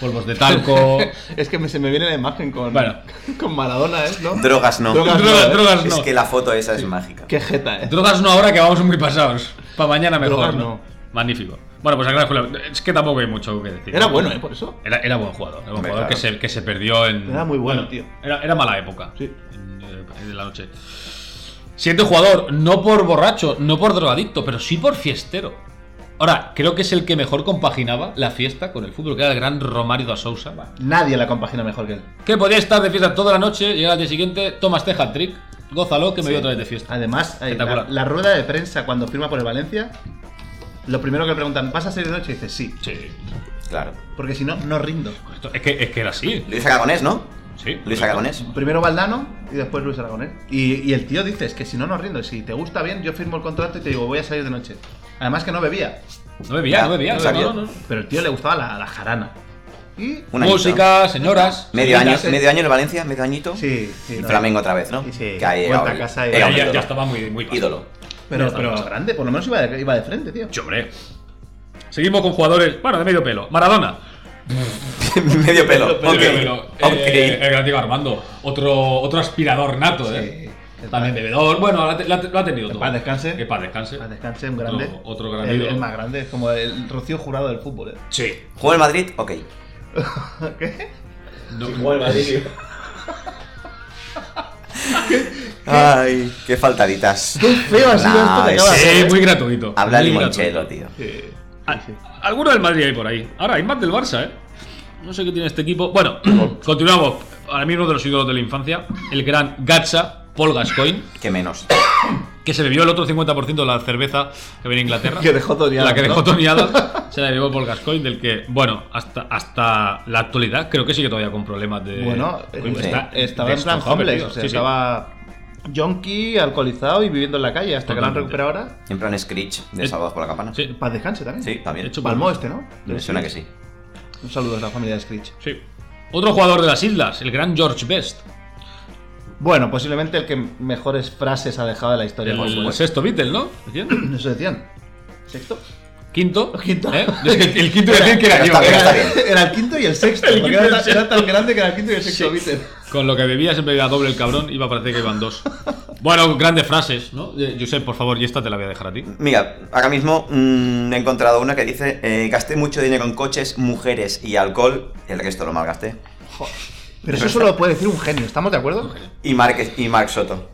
D: polvos de talco.
C: Es que me- se me viene la imagen con,
D: Bueno.
C: con Maradona, ¿eh? ¿No?
A: Drogas no.
C: Drogas no,
D: Drogas,
C: ¿eh?
D: drogas no.
A: Es que la foto esa es mágica.
C: Qué jeta, ¿eh?
D: Drogas no ahora que vamos muy pasados. Para mañana mejor.
C: Drogas
D: ¿no?
C: no.
D: Magnífico. Bueno, pues agradezco la- Es que tampoco hay mucho que decir.
C: Era bueno, ¿eh? Por eso.
D: Era, era buen jugador. Era un
A: Hombre,
D: jugador que,
A: claro.
D: se, que se perdió en.
C: Era muy bueno, tío.
D: Era, era mala época.
C: Sí.
D: En, eh, de la noche. Siguiente jugador, no por borracho, no por drogadicto, pero sí por fiestero. Ahora, creo que es el que mejor compaginaba la fiesta con el fútbol, que era el gran Romario da Sousa.
C: Nadie la compagina mejor que él.
D: Que podía estar de fiesta toda la noche, llegar al día siguiente, toma este hat-trick, gózalo, que me voy otra vez de fiesta.
C: Además, eh, la,
D: Espectacular.
C: la rueda de prensa cuando firma por el Valencia, lo primero que le preguntan, ¿vas a ser de noche? Y dice, sí.
D: Sí.
A: Claro.
C: Porque si no, no rindo.
D: Esto- es, que, es que era así.
A: Luis Aragonés, ¿no?
D: Sí.
A: Luis Aragonés.
C: Primero Valdano y después Luis Aragonés. Y, y el tío dice, es que si no, no rindo. Si te gusta bien, yo firmo el contrato y te digo, voy a salir de noche. Además que no bebía.
D: No bebía,
A: Ya,
D: no bebía.
A: exacto.
D: no, no, no.
C: Pero el tío le gustaba la, la jarana. Y...
A: Un añito.
D: Música, señoras.
A: Medio año,
D: señoritas. eh,
A: medio año en el Valencia, medio añito.
C: Sí, sí.
A: Y
C: no.
A: Flamengo otra vez, ¿no?
C: Sí, sí.
A: Que ahí era
C: Vuelta a
A: un-
C: casa y-
D: Pero
A: era un
D: ya, ya
A: ídolo.
D: estaba muy, muy pasado.
A: ídolo.
C: Pero,
D: Ya
C: pero
D: está.
C: grande, por lo menos iba de, iba de frente, tío.
D: Sí, hombre. Seguimos con jugadores, bueno, de medio pelo. Maradona.
A: medio pelo.
D: De medio pelo.
A: Ok.
D: Eh,
A: Ok.
D: el gran Diego Armando. Otro, otro aspirador nato, ¿eh?
C: que
D: También
C: paz-
D: bebedor. Bueno, la te- la te- lo ha tenido
C: Que
D: todo.
C: paz descanse.
D: Que paz descanse.
C: paz descanse, un grande.
D: Otro, otro gran
C: el,
D: ídolo.
C: el más grande, es como el rocío jurado del fútbol, ¿eh?
D: Sí.
A: ¿Juega el Madrid? Ok.
C: ¿Qué?
D: No-
A: Ay, qué faltaditas.
C: Qué feo ha sido esto que
A: es-
C: acabas de
D: Sí, muy gratuito.
A: Habla
D: muy
A: Limonchelo,
D: gratuito.
A: tío.
C: Sí.
D: Ah, Alguno del Madrid hay por ahí. Ahora hay más del Barça, ¿eh? No sé qué tiene este equipo. Bueno, continuamos. Ahora mismo uno de los ídolos de la infancia, el gran Gatsa, Paul Gascoigne,
A: Qué menos.
D: que se bebió el otro 50% de la cerveza que venía de Inglaterra.
C: Que dejó toneada,
D: La que
C: ¿no?
D: dejó toneada. Se la bebió Paul Gascoigne, del que, bueno, hasta, hasta la actualidad creo que sigue todavía con problemas de.
C: Bueno,
D: Uy,
C: eh,
D: está-
C: estaba en
D: está
C: plan
D: joven,
C: homeless,
D: tío.
C: o sea,
D: Sí, sí.
C: estaba yonky, alcoholizado y viviendo en la calle hasta que lo han
D: Totalmente.
C: recuperado ahora.
A: En plan Screech de
D: Es-
A: Salvados por la Campana.
D: Sí,
C: Paz descanse también.
A: Sí, también.
D: Hecho-
C: Palmó este, ¿no?
A: Me suena que sí.
C: Un saludo a la familia de Screech.
D: sí. Otro jugador de las islas, el gran George Best,
C: Bueno, posiblemente el que mejores frases ha dejado de la historia.
D: el,
C: por supuesto.
D: sexto Beatle, ¿no? ¿Entiendes?
C: Eso decían. ¿Sexto?
D: Quinto.
C: Quinto.
D: ¿Eh? Es que el, el quinto iba a decir que era
A: Pero
D: yo.
A: está bien,
D: ¿eh?
A: está bien.
C: Era el quinto y el sexto.
D: El
C: porque
D: quinto y el
C: era, tan- era
D: sexto.
C: tan grande que era el quinto y el sexto, ¿viste?
D: Con lo que bebía siempre bebía doble el cabrón, iba a parecer que iban dos. Bueno, grandes frases, ¿no? Eh, Josep, por favor, y esta te la voy a dejar a ti.
A: Mira, ahora mismo mm, he encontrado una que dice: eh, Gasté mucho dinero en coches, mujeres y alcohol, el resto lo malgasté.
C: Pero eso solo lo puede decir un genio, ¿estamos de acuerdo?
A: Y Mark, y Mark Soto.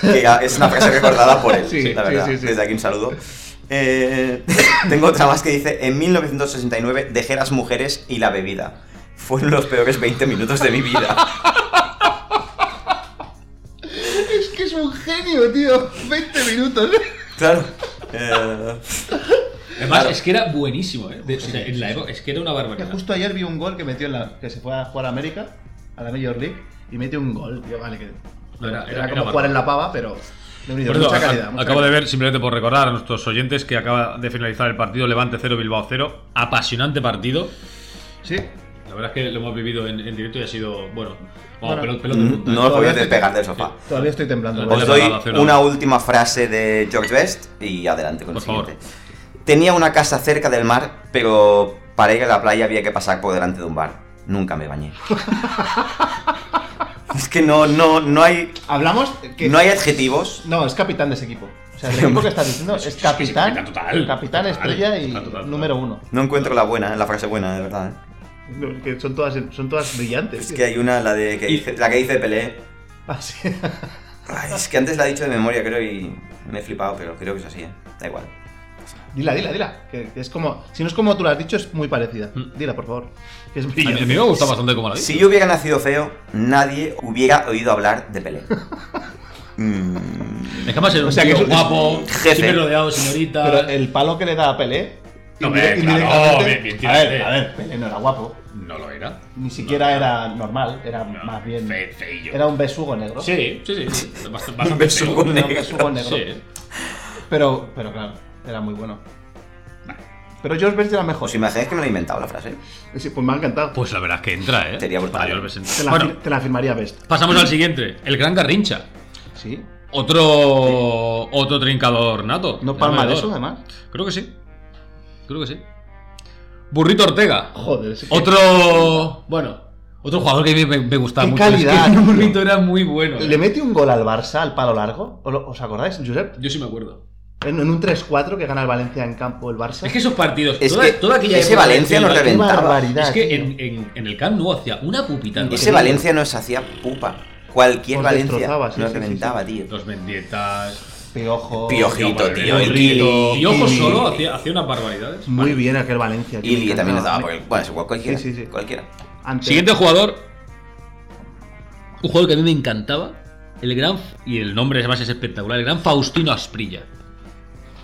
A: Que ya es una frase recordada por él,
C: Sí,
A: la
C: sí,
A: verdad.
C: sí, sí.
A: Desde aquí un saludo. Eh, tengo otra más que dice: En 1969 dejé las mujeres y la bebida. Fueron los peores 20 minutos de mi vida.
C: Es que es un genio, tío. 20 minutos.
A: Claro. Eh,
D: Además,
A: Claro.
D: es que era buenísimo, ¿eh? De- o sea, en la época, es que era una
C: Que
D: barbaridad.
C: justo ayer vi un gol que metió en la. que se fue a jugar a América, a la Major League, y metió un gol, tío, vale, que.
D: No, era-
C: era,
D: era-
C: como
D: era
C: jugar
D: bárbaro.
C: en la pava, pero. De unido,
D: Por cierto,
C: mucha
D: ac-
C: calidad. mucha
D: acabo de
C: calidad.
D: ver, simplemente por recordar a nuestros oyentes, que acaba de finalizar el partido Levante 0, Bilbao 0. Apasionante partido.
C: Sí.
D: La verdad es que lo hemos vivido en, en directo y ha sido, bueno, vamos,
C: Bueno.
D: pelot- pelot de punta.
A: mm, no os
C: Todavía
A: podéis
C: estoy-
A: despegar del sofá.
C: Todavía estoy temblando.
D: Os
A: Os
C: ¿verdad?
A: doy
D: Elevado, cero.
A: una última frase de George Best y adelante con
D: Por
A: el siguiente.
D: favor.
A: Tenía una casa cerca del mar, pero para ir a la playa había que pasar por delante de un bar. Nunca me bañé. es que no, no, no hay.
C: Hablamos. Que...
A: No hay adjetivos.
C: No, es capitán de ese equipo. O sea, el equipo que estás diciendo es capitán.
D: capitán total.
C: capitán,
D: Total,
C: estrella y
D: total, total.
C: número uno.
A: No encuentro la buena, la frase buena, de verdad. ¿eh?
C: Que son todas, son todas brillantes.
A: Es que hay una, la de que dice, la que dice Pelé.
C: Así.
A: Ay, es que antes la he dicho de memoria, creo, y me he flipado, pero creo que es así, ¿eh? Da igual.
C: dila, dila, dila. Que, que es como. Si no es como tú lo has dicho, es muy parecida.
D: Mm.
C: Dila, por favor. Que es
D: A mí- a mí
C: brillante.
D: me gusta bastante como la vi.
A: Si yo hubiera nacido feo, nadie hubiera oído hablar de Pelé. Mm.
D: Es que además era un
C: O sea, que
D: tío
C: es un-
D: guapo,
A: Jefe.
D: siempre rodeado de señoritas.
C: Pero eh, el palo que le da a Pelé. indire-
D: No, hombre, claro,
C: indirectamente-
D: bien, bien,
C: a ver,
D: tío.
C: a ver, Pelé no era guapo.
D: No lo era.
C: Ni siquiera era normal, era más bien.
D: fe- feillo.
C: Era un besugo negro.
D: Sí, sí, sí. sí. Bast- Bastante,
A: Un besugo
D: feo.
C: Era
A: negro.
C: un besugo negro.
D: Sí.
C: Pero, pero claro, era muy bueno. Pero George Best era mejor.
A: ¿Os imagináis que me lo he inventado la frase?
C: Sí, pues me ha encantado.
D: Pues la verdad es que entra, ¿eh?
A: Sería brutal.
D: Para Jorves entra.
C: te, la,
D: Bueno,
C: fir- te la firmaría Best.
D: pasamos al siguiente. El gran Garrincha.
C: Sí.
D: Otro, otro trincador nato.
C: ¿No palma de
D: Goleador.
C: eso, además?
D: Creo que sí. Creo que sí. Burrito Ortega.
C: Joder, es que-
D: Otro. Bueno, otro jugador que a mí me, me gustaba
C: Qué
D: mucho. Es que
C: calidad, tío.
D: Burrito era muy bueno. eh.
C: ¿Le mete un gol al Barça al palo largo? ¿O lo- ¿Os acordáis, Josep?
D: Yo sí me acuerdo.
C: En, en un 3-4 que gana el Valencia en campo el Barça.
D: Es que esos partidos.
A: Es
D: toda,
A: que
D: toda aquella
A: ese
D: época
A: Valencia
D: del
A: nos
D: Barça-
C: ¡Qué
A: reventaba.
C: barbaridad!
D: Es que
C: tío.
D: en, en- en el Camp Nou hacía una pupita.
A: Ese Valencia nos hacía pupa. Cualquier
C: Nos destrozaba,
A: Valencia
C: sí,
A: nos
C: sí, sí,
A: reventaba, tío.
D: Los vendietas.
C: Piojo.
A: Piojito, tío. el
D: Burrito.
A: Kili.
D: Y ojo
C: Kili.
D: solo hacía, hacía unas barbaridades.
C: Muy bien aquel Valencia. tío,
A: Ili
C: me
A: también nos daba
C: encantaba.
A: por el. Bueno, es igual, cualquiera.
C: Sí, sí, sí.
A: Cualquiera.
C: Antes-
D: Siguiente jugador. Un jugador que a mí me encantaba. El gran. Y el nombre además es espectacular. El gran Faustino Asprilla.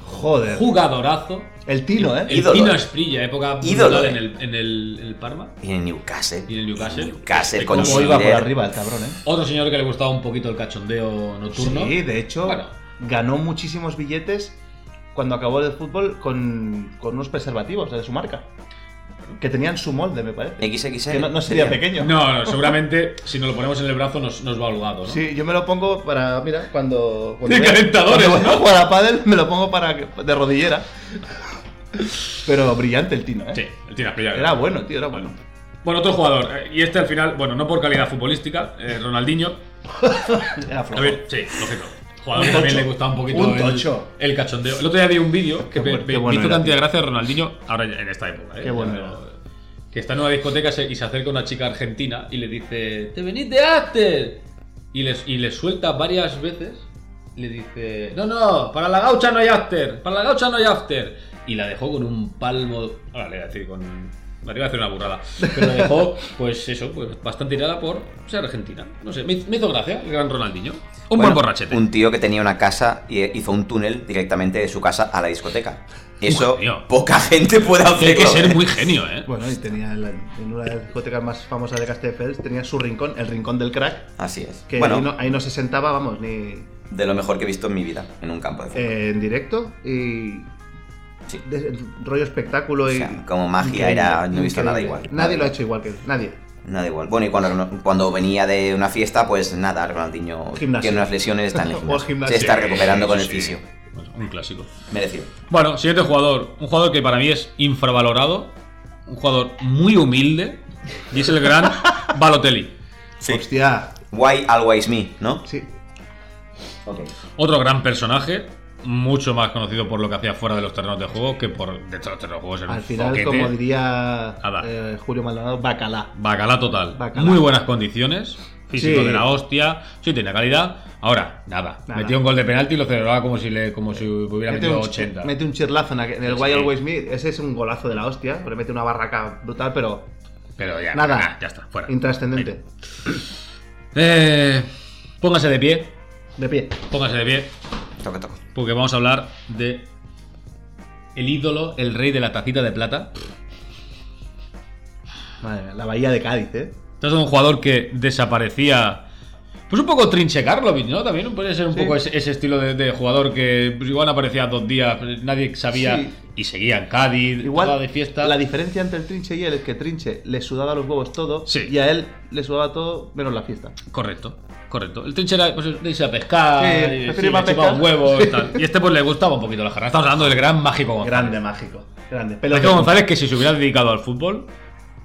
C: Joder.
D: Jugadorazo.
C: El Tino, ¿eh?
D: El
A: Ídolo.
D: Tino Asprilla, época brutal
A: Ídolo, eh.
D: en, el, en, el, en el Parma.
A: Y en Newcastle.
D: Y en el Newcastle.
A: Newcastle
D: Que
A: con
D: cómo
C: Como iba por
A: Schiller.
C: arriba el cabrón, ¿eh?
D: Otro señor que le gustaba un poquito el cachondeo nocturno.
C: Sí, de hecho,
D: Bueno.
C: ganó muchísimos billetes cuando acabó el fútbol con, con unos preservativos de su marca. Que tenían su molde, me parece.
A: XXL.
C: Que no, no sería pequeño.
D: No, no, seguramente si nos lo ponemos en el brazo nos, nos va holgado, ¿no?
C: Sí, yo me lo pongo para. Mira, cuando. cuando
D: De
C: voy a-
D: calentadores,
C: cuando voy a
D: ¿no?
C: jugar a pádel, me lo pongo para que- de rodillera. Pero brillante el Tino, ¿eh?
D: Sí, el Tino Asprilla.
C: Era bueno, tío, era bueno.
D: Bueno, otro jugador. eh, Y este al final, bueno, no por calidad futbolística, eh, Ronaldinho.
C: Era
D: A
C: flojo.
D: ver, sí, lógico. Jugador
C: Un
D: que también
C: tocho.
D: le gustaba un poquito
C: Un
D: el-
C: tocho.
D: El, cachondeo. El otro día vi un vídeo que
C: Qué
D: me,
C: bueno,
D: me-
C: qué
D: me
C: bueno
D: hizo
C: era,
D: cantidad de
C: tío.
D: gracia Ronaldinho ahora ya en esta época. ¿eh?
C: Qué bueno
D: Ya,
C: era.
D: Que está en una discoteca se- y se acerca una chica argentina y le dice: ¡Te veniste Aster! Y le y les suelta varias veces. Le dice: No, no, para la gaucha no hay After. Para la gaucha no hay After. Y la dejó con un palmo. Ahora le voy a decir con. Me iba a hacer una burrada. Pero la dejó, pues eso, pues bastante tirada por ser argentina. No sé, me, me hizo gracia el gran Ronaldinho. Un buen
A: Bueno,
D: borrachete.
A: Un tío que tenía una casa y hizo un túnel directamente de su casa a la discoteca. Eso
D: genio.
A: poca gente puede hacerlo.
D: Tiene que
A: ¿eh?
D: ser muy genio, ¿eh?
C: Bueno, y tenía la- en una de las discotecas más famosas de Castelldefels, tenía su rincón, el rincón del crack,
A: Así es.
C: que
A: bueno,
C: ahí, no, ahí no se sentaba, vamos, ni
A: de lo mejor que he visto en mi vida en un campo de fútbol.
C: eh, en directo y
A: Sí.
C: de- el rollo espectáculo
A: O
C: y
A: sea, como magia
C: increíble,
A: era- no he visto nada
C: increíble.
A: igual.
C: Nadie lo ha hecho igual que él, nadie.
A: Nada igual. Bueno, y cuando, cuando venía de una fiesta, pues nada, Ronaldinho
C: Gimnasio.
A: tiene unas lesiones, está en el
C: O
A: gimnasio.
C: gimnasio.
A: Se está recuperando
D: Sí,
A: con
D: sí,
A: el fisio.
D: sí. Bueno, Un clásico.
A: Merecido.
D: Bueno, siguiente jugador. Un jugador que para mí es infravalorado. Un jugador muy humilde. Y es el gran Balotelli.
C: Hostia,
A: Pues, Why always me, ¿no?
C: sí.
D: Otro gran personaje. Mucho más conocido por lo que hacía fuera de los terrenos de juego que por dentro de los terrenos de juego. Era un
C: Al final,
D: zoquete.
C: como diría
D: Nada.
C: eh, Julio Maldonado, bacalá.
D: Bacalá total.
C: Bacalá.
D: Muy buenas condiciones. Físico
C: Sí.
D: de la hostia. Sí, tenía calidad. Ahora, nada.
C: Nada.
D: Metió un gol de penalti y lo celebraba como si, le, como si hubiera metido
C: un,
D: 80.
C: mete un chirlazo en, aqu- en el
D: Sí.
C: Why Always Me, ese es un golazo de la hostia, le mete una barraca brutal, pero
D: Pero ya,
C: Nada.
D: nada. Ya está, fuera.
C: intrascendente.
D: Eh, póngase de pie.
C: De pie.
D: Póngase de pie.
A: Toca, toca.
D: Porque vamos a hablar de. El ídolo, el rey de la tacita de plata.
C: Madre mía, la bahía de Cádiz, ¿eh?
D: Entonces, un jugador que desaparecía. Pues un poco trinche Karlovic, ¿no? También puede ser un
C: Sí.
D: poco ese, ese estilo de, de jugador que pues, igual aparecía dos días, pues, nadie sabía
C: Sí.
D: y seguía en Cádiz,
C: Igual,
D: estaba de fiesta.
C: la diferencia entre el Trinche y él es que Trinche le sudaba los huevos todo
D: Sí.
C: y a él le sudaba todo menos la fiesta.
D: Correcto, correcto. El trinche era pues, de irse a pescar,
C: Sí,
D: y-
C: prefería
D: sí, le
C: más
D: chupaba un
C: pescar.
D: huevo y tal. Y este pues le gustaba un poquito la jarra. Estamos hablando del gran mágico González.
C: Grande, mágico. Grande. Pero
D: Mágico González que si se hubiera dedicado al fútbol,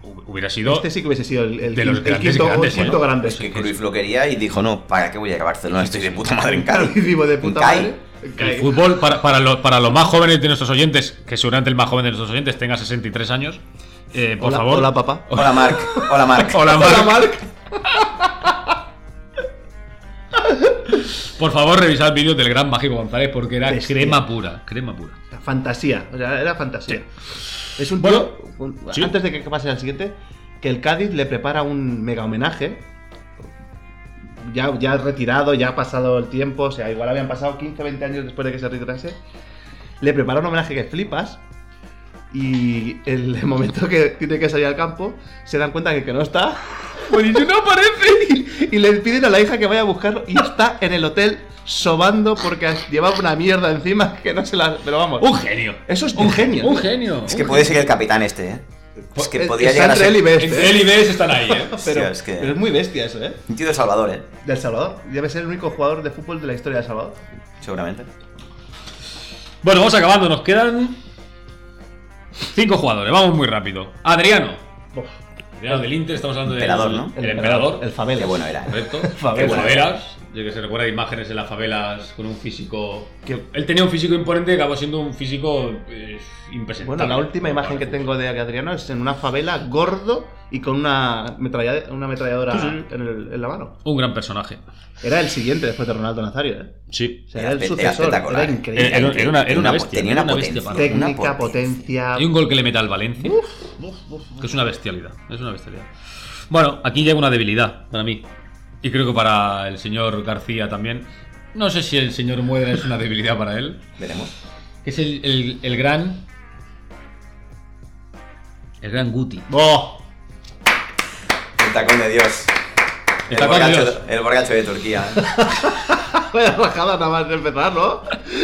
D: hu- hubiera sido
C: Este sí que hubiese sido el, el
D: De los
C: quin- el
D: grandes,
C: quinto,
D: grandes,
C: el quinto
D: ¿no?
C: grande.
A: Es que Cruyff lo quería y dijo, no, ¿para qué voy a ir a Barcelona? Estoy de puta madre en Cádiz.
C: Y vivo de
A: En
C: puta
A: Cádiz.
C: madre.
D: El
C: Cádiz.
D: fútbol, para, para, lo- para los más jóvenes de nuestros oyentes, que seguramente el más joven de nuestros oyentes tenga 63 años, eh, por
C: Hola-
D: favor.
C: hola, papá.
A: Hola, Marc. Hola, Marc.
D: Hola, Marc.
C: Hola, Marc.
D: Por favor, revisad vídeos del gran Mágico González porque era
C: Bestia.
D: crema pura. Crema pura.
C: Fantasía. O sea, era fantasía. Es un
D: Bueno,
C: tío. un-
D: sí.
C: Antes de que pase al siguiente, que el Cádiz le prepara un mega homenaje. Ya, ya retirado, ya ha pasado el tiempo, o sea, igual habían pasado 15, 20 años después de que se retirase. Le prepara un homenaje que flipas. Y en el momento que tiene que salir al campo, se dan cuenta que, que no está. Buenísimo, no aparece. Y, y le piden a la hija que vaya a buscarlo. Y está en el hotel sobando porque llevaba una mierda encima que no se la. Pero vamos.
D: Un genio.
C: Eso es un genio.
D: Un genio.
A: Es que puede ser el capitán este, ¿eh? Es que
C: Es-
A: podría
C: está
A: llegar a
C: entre
A: ser.
C: él y Best, ¿eh?
D: Él y Bes están ahí, ¿eh?
A: Hostia,
C: Pero,
A: es que-
C: pero es muy bestia eso, ¿eh?
A: Un tío de Salvador, ¿eh?
C: Del Salvador. Debe ser el único jugador de fútbol de la historia de El Salvador.
A: Seguramente.
D: Bueno, vamos acabando, nos quedan. Cinco jugadores, vamos muy rápido. Adriano.
C: Uf,
D: Adriano del Inter, estamos hablando del
A: Emperador, ¿no?
D: El emperador.
C: El
A: Qué
C: Fabel.
A: bueno era. ¿eh?
D: Correcto.
C: Favelas.
D: Que favelas. Yo que se recuerda imágenes en las favelas con un físico.
C: Que-
D: Él tenía un físico imponente que acabó siendo un físico eh, impresentable.
C: Bueno, la última imagen que tengo de Adriano es en una favela gordo y con una, metralla- una ametralladora En, el- en la mano.
D: Un gran personaje.
C: Era el siguiente después de Ronaldo Nazario, ¿eh?
D: Sí.
C: O sea,
A: Era
C: era el
A: espe- era
C: sucesor. Era
A: espectacular.
C: increíble.
D: Era- era una- era una
A: po-
D: bestia,
A: Tenía
D: era
A: una
D: una
A: potencia.
D: bestia para-
A: una
C: Técnica, potencia.
D: Hay un gol que le mete al Valencia. que es una bestialidad. Es una bestialidad. Bueno, aquí llega una debilidad para mí. Y creo que para el señor García también. No sé si el señor Muedra es una debilidad para él.
A: Veremos.
D: Que es el, el- el gran. El gran Guti.
C: ¡Oh!
A: El tacón de Dios. El,
D: tacón de
A: borracho,
D: Dios.
A: el borracho de Turquía. ¿eh?
C: Vaya rajada nada más de empezar, ¿no?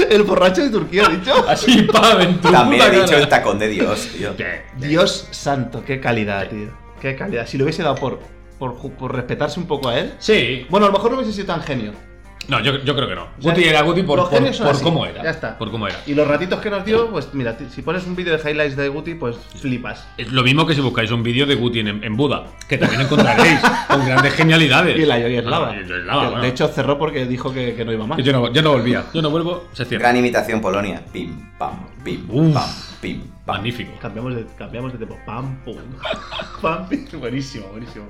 C: El borracho de Turquía, ha dicho.
D: Así, pa, en tu
A: También
D: puta
A: he dicho
D: cara.
A: el tacón de Dios, tío.
D: Que-
C: Dios santo, qué calidad, tío. Qué calidad. Si lo hubiese dado por, por, ju- por respetarse un poco a él.
D: Sí.
C: Bueno, a lo mejor no hubiese sido tan genio.
D: No, yo, yo creo que no.
C: O sea,
D: Guti era Guti por,
C: los
D: por,
C: genios son
D: por
C: así.
D: cómo era.
C: Ya está.
D: Por cómo era.
C: Y los ratitos que nos dio, pues mira, ti- si pones un vídeo de highlights de Guti, pues flipas.
D: Es Eh, lo mismo que si buscáis un vídeo de Guti en, en Buda, que también encontraréis con grandes genialidades.
C: Y la llave es lava.
D: Bueno, y la lava,
C: Que,
D: bueno.
C: De hecho, cerró porque dijo que, que no iba más.
D: yo no, yo no volvía. Yo no vuelvo, se cierra.
A: Gran imitación Polonia. Pim, pam, pim,
D: Uf.
A: pam, pim, pam.
D: Magnífico.
C: Cambiamos de, cambiamos de tiempo. Pam, pum. Pam, pim. Buenísimo, buenísimo.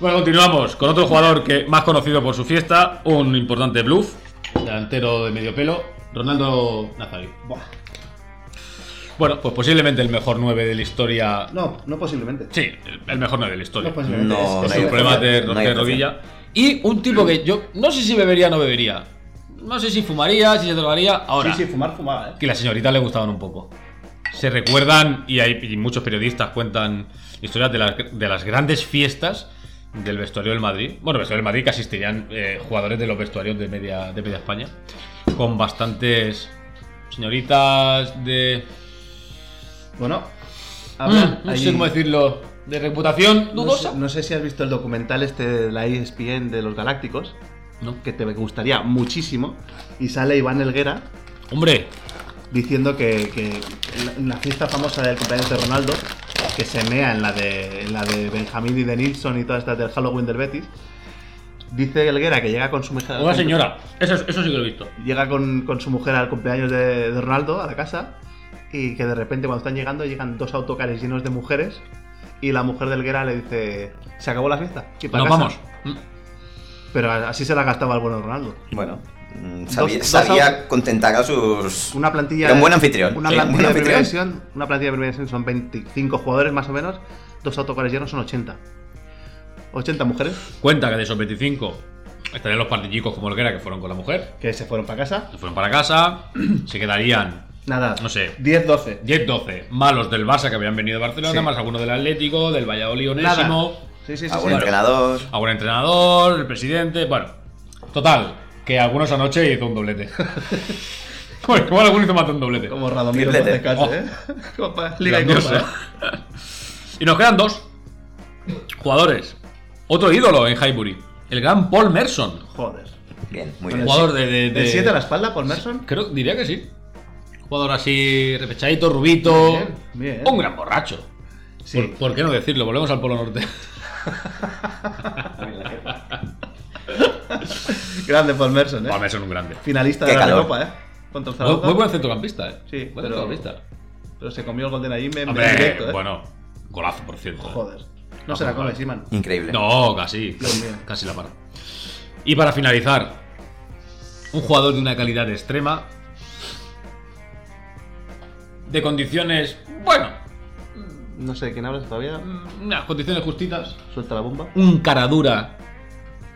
D: Bueno, continuamos con otro jugador que más conocido por su fiesta, un importante bluff, delantero de medio pelo, Ronaldo Nazario.
C: Buah.
D: Bueno, pues posiblemente el mejor 9 de la historia.
C: No, no posiblemente.
D: Sí, el- el mejor 9 de la historia.
C: No posiblemente.
A: No,
C: Es-
A: no
C: es
A: hay
D: Su
C: un
D: problema
A: problema
D: de, de rodilla. Y un tipo que yo no sé si bebería o no bebería. No sé si fumaría, si se drogaría. Ahora,
C: Sí, sí, fumar, fumaba, eh.
D: que las señoritas le gustaban un poco. Se recuerdan, y, hay, y muchos periodistas cuentan historias de las, de las grandes fiestas del vestuario del Madrid. Bueno, el vestuario del Madrid que asistirían eh, jugadores de los vestuarios de media, de media España. Con bastantes señoritas de...
C: Bueno,
D: Mm,
C: hablan
D: no
C: ahí-
D: sé cómo decirlo. De reputación
C: No
D: dudosa.
C: sé, no sé si has visto el documental este de la ESPN de los Galácticos,
D: No.
C: que te gustaría muchísimo, y sale Iván Helguera
D: Hombre,
C: diciendo que, que en la fiesta famosa del cumpleaños de Ronaldo, que se mea en la de, en la de Benjamín y de Nilsson y todas estas del Halloween del Betis, dice Helguera que llega con su mujer...
D: una señora. Eso, eso sí que lo he visto.
C: Llega con, con su mujer al cumpleaños de, de Ronaldo, a la casa, y que de repente cuando están llegando llegan dos autocares llenos de mujeres, y la mujer de Helguera le dice, se acabó la fiesta. y para
D: Nos
C: casa".
D: vamos. Mm.
C: Pero así se la gastaba el bueno Ronaldo.
A: Bueno, mm, sabía,
C: dos
A: sabía
C: autos.
A: contentar a sus.
C: Una plantilla.
A: Era un buen anfitrión.
C: Una
A: Sí, un
C: plantilla
A: buen
C: de primera
A: anfitrión.
C: división. Una plantilla de primera división son 25 jugadores más o menos. Dos autocares llenos son 80. 80 mujeres
D: Cuenta que de esos 25 estarían los partidicos como Olguera que fueron con la mujer.
C: que se fueron para casa.
D: Se fueron para casa, se quedarían
C: Nada.
D: No sé.
C: 10, 12.
D: 10-12 malos del Barça que habían venido de Barcelona,
C: Sí.
D: más algunos del Atlético, del Valladolid
C: Nada.
D: Onésimo,
C: Sí, sí, sí.
A: A
C: sí.
A: buen entrenador.
D: a un entrenador, el presidente. Bueno, total, que algunos anoche hizo un doblete. bueno, igual alguno hizo más de un doblete.
C: Como Radomiro
A: Triplete.
C: Mordecate,
D: Oh.
C: ¿eh? Copa, Liga y
D: Grandioso.
C: Copa.
D: y nos quedan dos jugadores. Otro ídolo en Highbury, el gran Paul Merson.
C: Joder.
A: Bien, muy
D: Un
A: bien.
D: jugador de. de, de-
C: ¿El 7 a la espalda por Merson?
D: Creo, diría que sí. Jugador así, repechadito, rubito.
C: Bien, bien.
D: Un gran borracho.
C: Sí.
D: ¿Por, por qué no decirlo? Volvemos al Polo Norte.
C: Grande por Merson, ¿eh?
D: Para mí son un grande.
C: Finalista
A: Qué
C: de la
A: calor.
C: Copa, ¿eh? Contra el
D: Muy,
C: Zaragoza.
D: muy buen centrocampista, ¿eh?
C: Sí,
D: buen
C: pero-
D: centrocampista.
C: Pero se comió el Golden ahí en en
D: Hombre,
C: directo, ¿eh?
D: bueno, golazo, por cierto. ¿eh?
C: Joder. No se la come, Siman.
A: Increíble.
D: No, casi.
C: Dios mío.
D: Casi la para. Y para finalizar, un jugador de una calidad extrema, de condiciones, bueno,
C: No sé de quién hablas todavía.
D: mm, unas condiciones justitas,
C: Suelta la bomba.
D: un cara dura,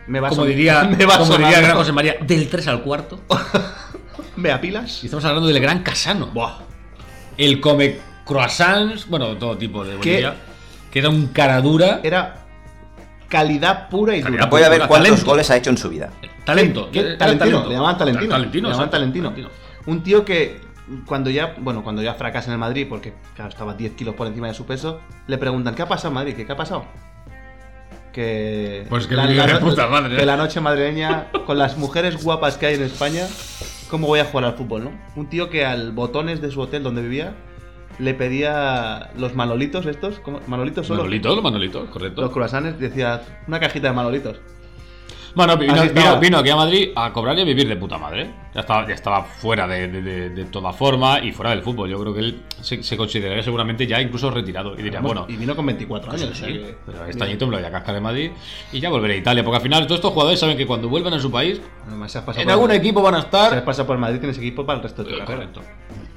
C: Me va
D: como
C: son-
D: diría,
C: me va
D: como diría el
C: sonando.
D: gran José María, del 3 al cuarto.
C: ¿Me
D: Y
C: apilas?
D: estamos hablando del gran Casano. El come croissants, bueno, todo tipo de
C: ¿Qué?
D: bolilla. Que era un cara dura.
C: Era calidad pura y dura.
D: Calidad
A: Voy a ver
D: Talento.
A: cuántos goles ha hecho en su vida.
D: Talento.
C: ¿Qué?
D: Era
C: Talentino, le llamaban Talentino.
D: Talentino,
C: le llamaban
D: exacto,
C: Talentino.
D: Talentino.
C: Un tío que cuando ya, bueno, cuando ya fracasa en el Madrid, porque claro, estaba 10 kilos por encima de su peso, le preguntan, ¿qué ha pasado en Madrid? ¿Qué, qué ha pasado? Que,
D: Pues que me diga de puta madre.
C: que la noche madrileña, con las mujeres guapas que hay en España, ¿cómo voy a jugar al fútbol, no? Un tío que al botones de su hotel donde vivía le pedía los manolitos estos, ¿cómo? manolitos solo,
D: Manolito, Manolito,
C: los
D: correcto.
C: croissants, decía una cajita de manolitos.
D: Bueno, vino,
C: Así
D: vino-
C: estaba.
D: vino aquí a Madrid a cobrar y a vivir de puta madre. Ya estaba, ya estaba fuera de, de- de- de toda forma y fuera del fútbol. Yo creo que él se, se consideraría seguramente ya incluso retirado. Y diría,
C: Vamos,
D: bueno,
C: y vino con 24
D: pues
C: años. o sea
D: sí,
C: que-
D: pero este añito me lo voy a cascar en Madrid y ya volveré a Italia. Porque al final todos estos jugadores saben que cuando vuelvan a su país,
C: Además, se has pasado
D: en
C: por-
D: algún equipo van a
C: Si has
D: estar...
C: pasado por Madrid, tienes equipo para el resto de tu
D: Eh,
C: carrera.
D: correcto.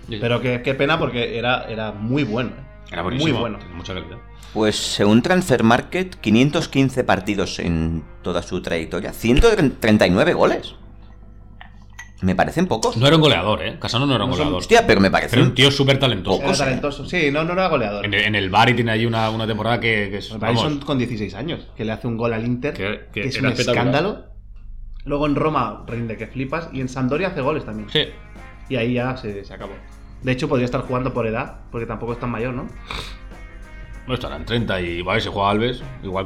D: Y-
C: Pero qué, qué pena porque era, era muy bueno. ¿eh?
D: Era
C: muy
D: buenísimo,
C: bueno.
D: tenía mucha calidad.
A: Pues según Transfer Market, 515 partidos en toda su trayectoria. 139 goles. Me parecen pocos.
D: No era un goleador, ¿eh? Casano no era un
C: No son-
D: goleador.
A: Hostia, pero me
D: Era
A: parecen
D: un tío súper talentoso.
C: Era talentoso. Sí, no, no era goleador.
D: En el, en el Bari tiene ahí una, una temporada que, que es-
C: Pues
D: vamos,
C: Bryson con 16 años, que le hace un gol al Inter,
D: Que-
C: que,
D: que
C: es un
D: era espectacular.
C: escándalo. Luego en Roma rinde que flipas y en Sampdoria hace goles también.
D: sí.
C: Y ahí ya se, se acabó. De hecho, podría estar jugando por edad, porque tampoco es tan mayor, ¿no?
D: No estarán 30 y va a ver si juega Alves. Igual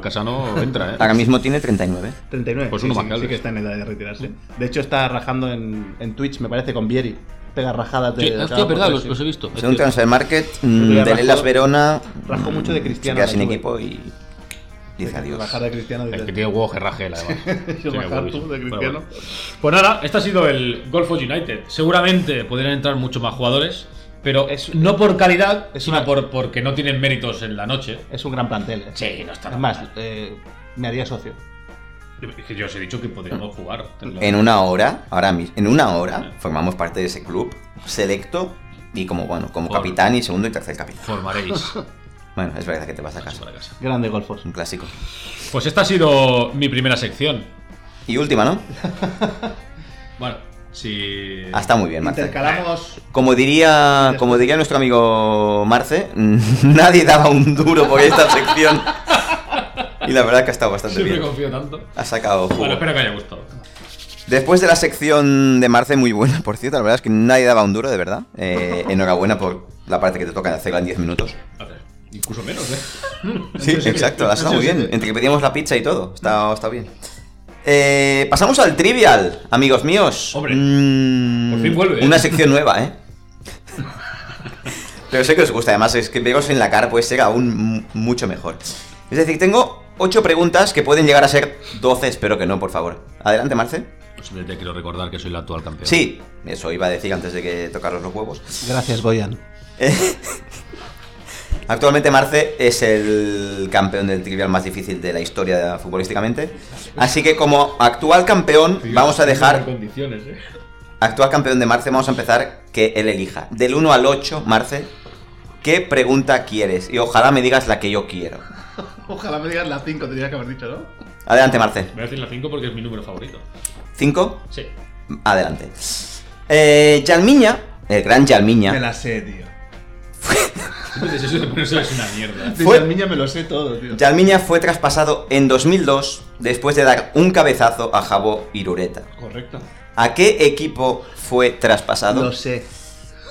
D: Casano entra, ¿eh?
A: Ahora mismo tiene 39.
C: 39.
D: Pues
C: sí,
D: uno
C: sí,
D: más que
C: sí
D: Alves.
C: que está en edad de retirarse. De hecho, está rajando en, en Twitch, me parece, con Vieri. Pega rajadas de.
D: Sí,
C: cada
D: hostia, verdad,
C: jugador,
D: los,
C: sí.
D: los he visto.
A: Según Transfer Market,
C: Yo ya
A: mm, del Las
C: rajo-
A: Verona.
C: rajo
A: mm,
C: mucho de Cristiano eh.
A: Se queda
C: la
A: sin equipo
C: Juve.
A: y. Dice adiós.
C: Rajar de Cristiano.
D: El
C: dices,
D: que tiene huevo que raje él, además. Sí,
C: Yo
D: que
C: bajar
D: huevísimo.
C: tú de
D: Bueno,
C: Cristiano.
D: bueno. Pues nada, este ha sido el Golf of United. Seguramente podrían entrar muchos más jugadores, pero
C: Es-
D: no por calidad,
C: es
D: sino
C: una-
D: por, porque no tienen méritos en la noche.
C: Es un gran plantel. ¿eh?
D: Sí, no está nada
C: Además,
D: mal.
C: eh, me haría socio.
D: Es que yo os he dicho que podríamos jugar.
A: En una hora, ahora mismo, en una hora, formamos parte de ese club selecto y como bueno, como
D: Por-
A: capitán y segundo y tercer capitán.
D: Formaréis.
A: Bueno, es verdad que te vas a casa.
D: para casa.
C: Grande golfos.
A: Es un clásico.
D: Pues esta ha sido mi primera sección.
A: Y última, ¿no?
D: Bueno, si.
A: Ah, está muy bien, Marce.
C: Intercalamos.
A: Como diría, como diría nuestro amigo Marce, nadie daba un duro por esta sección. Y la verdad es que ha estado bastante
D: Siempre
A: bien.
D: confío tanto.
A: Ha sacado jugo.
D: Bueno, espero que haya gustado.
A: Después de la sección de Marce, muy buena, por cierto, la verdad es que nadie daba un duro, de verdad. Eh, enhorabuena por la parte que te toca hacerla en 10 minutos.
D: A ver, incluso menos, ¿eh?
A: Sí, exacto, ha estado muy bien. Entre que pedíamos la pizza y todo, está, está bien. Eh, pasamos al trivial, amigos míos.
D: Hombre,
A: Mm,
D: por fin vuelve, ¿eh?
A: Una sección nueva, ¿eh? Pero sé que os gusta, además, es que veros en la cara puede ser aún mu- mucho mejor. Es decir, tengo ocho preguntas que pueden llegar a ser 12, espero que no, por favor. Adelante, Marce.
D: Simplemente quiero recordar pues que soy el actual campeón.
A: Sí, eso iba a decir antes de que tocaros los huevos.
C: Gracias, Goyan.
A: Actualmente Marce es el campeón del trivial más difícil de la historia futbolísticamente. Así que como actual campeón vamos a dejar...
D: Condiciones, ¿eh?
A: Actual campeón de Marce, vamos a empezar que él elija. Del 1 al 8, Marce, ¿qué pregunta quieres? Y ojalá me digas la que yo quiero.
C: Ojalá me digas las 5, tendría que haber dicho, ¿no?
A: Adelante, Marce.
D: Voy a decir la 5 porque es mi número favorito.
A: 5,
D: Sí.
A: adelante. Eh, Yalmiña, el gran
C: Me
A: Yalmiña,
C: la sé, tío.
D: Entonces eso de ponerse es una mierda.
C: De
A: Fue-
C: Yalmiña me lo sé todo, tío.
A: Yalmiña fue traspasado en 2002 después de dar un cabezazo a Jabo Irureta.
C: Correcto.
A: ¿A qué equipo fue traspasado?
C: Lo sé.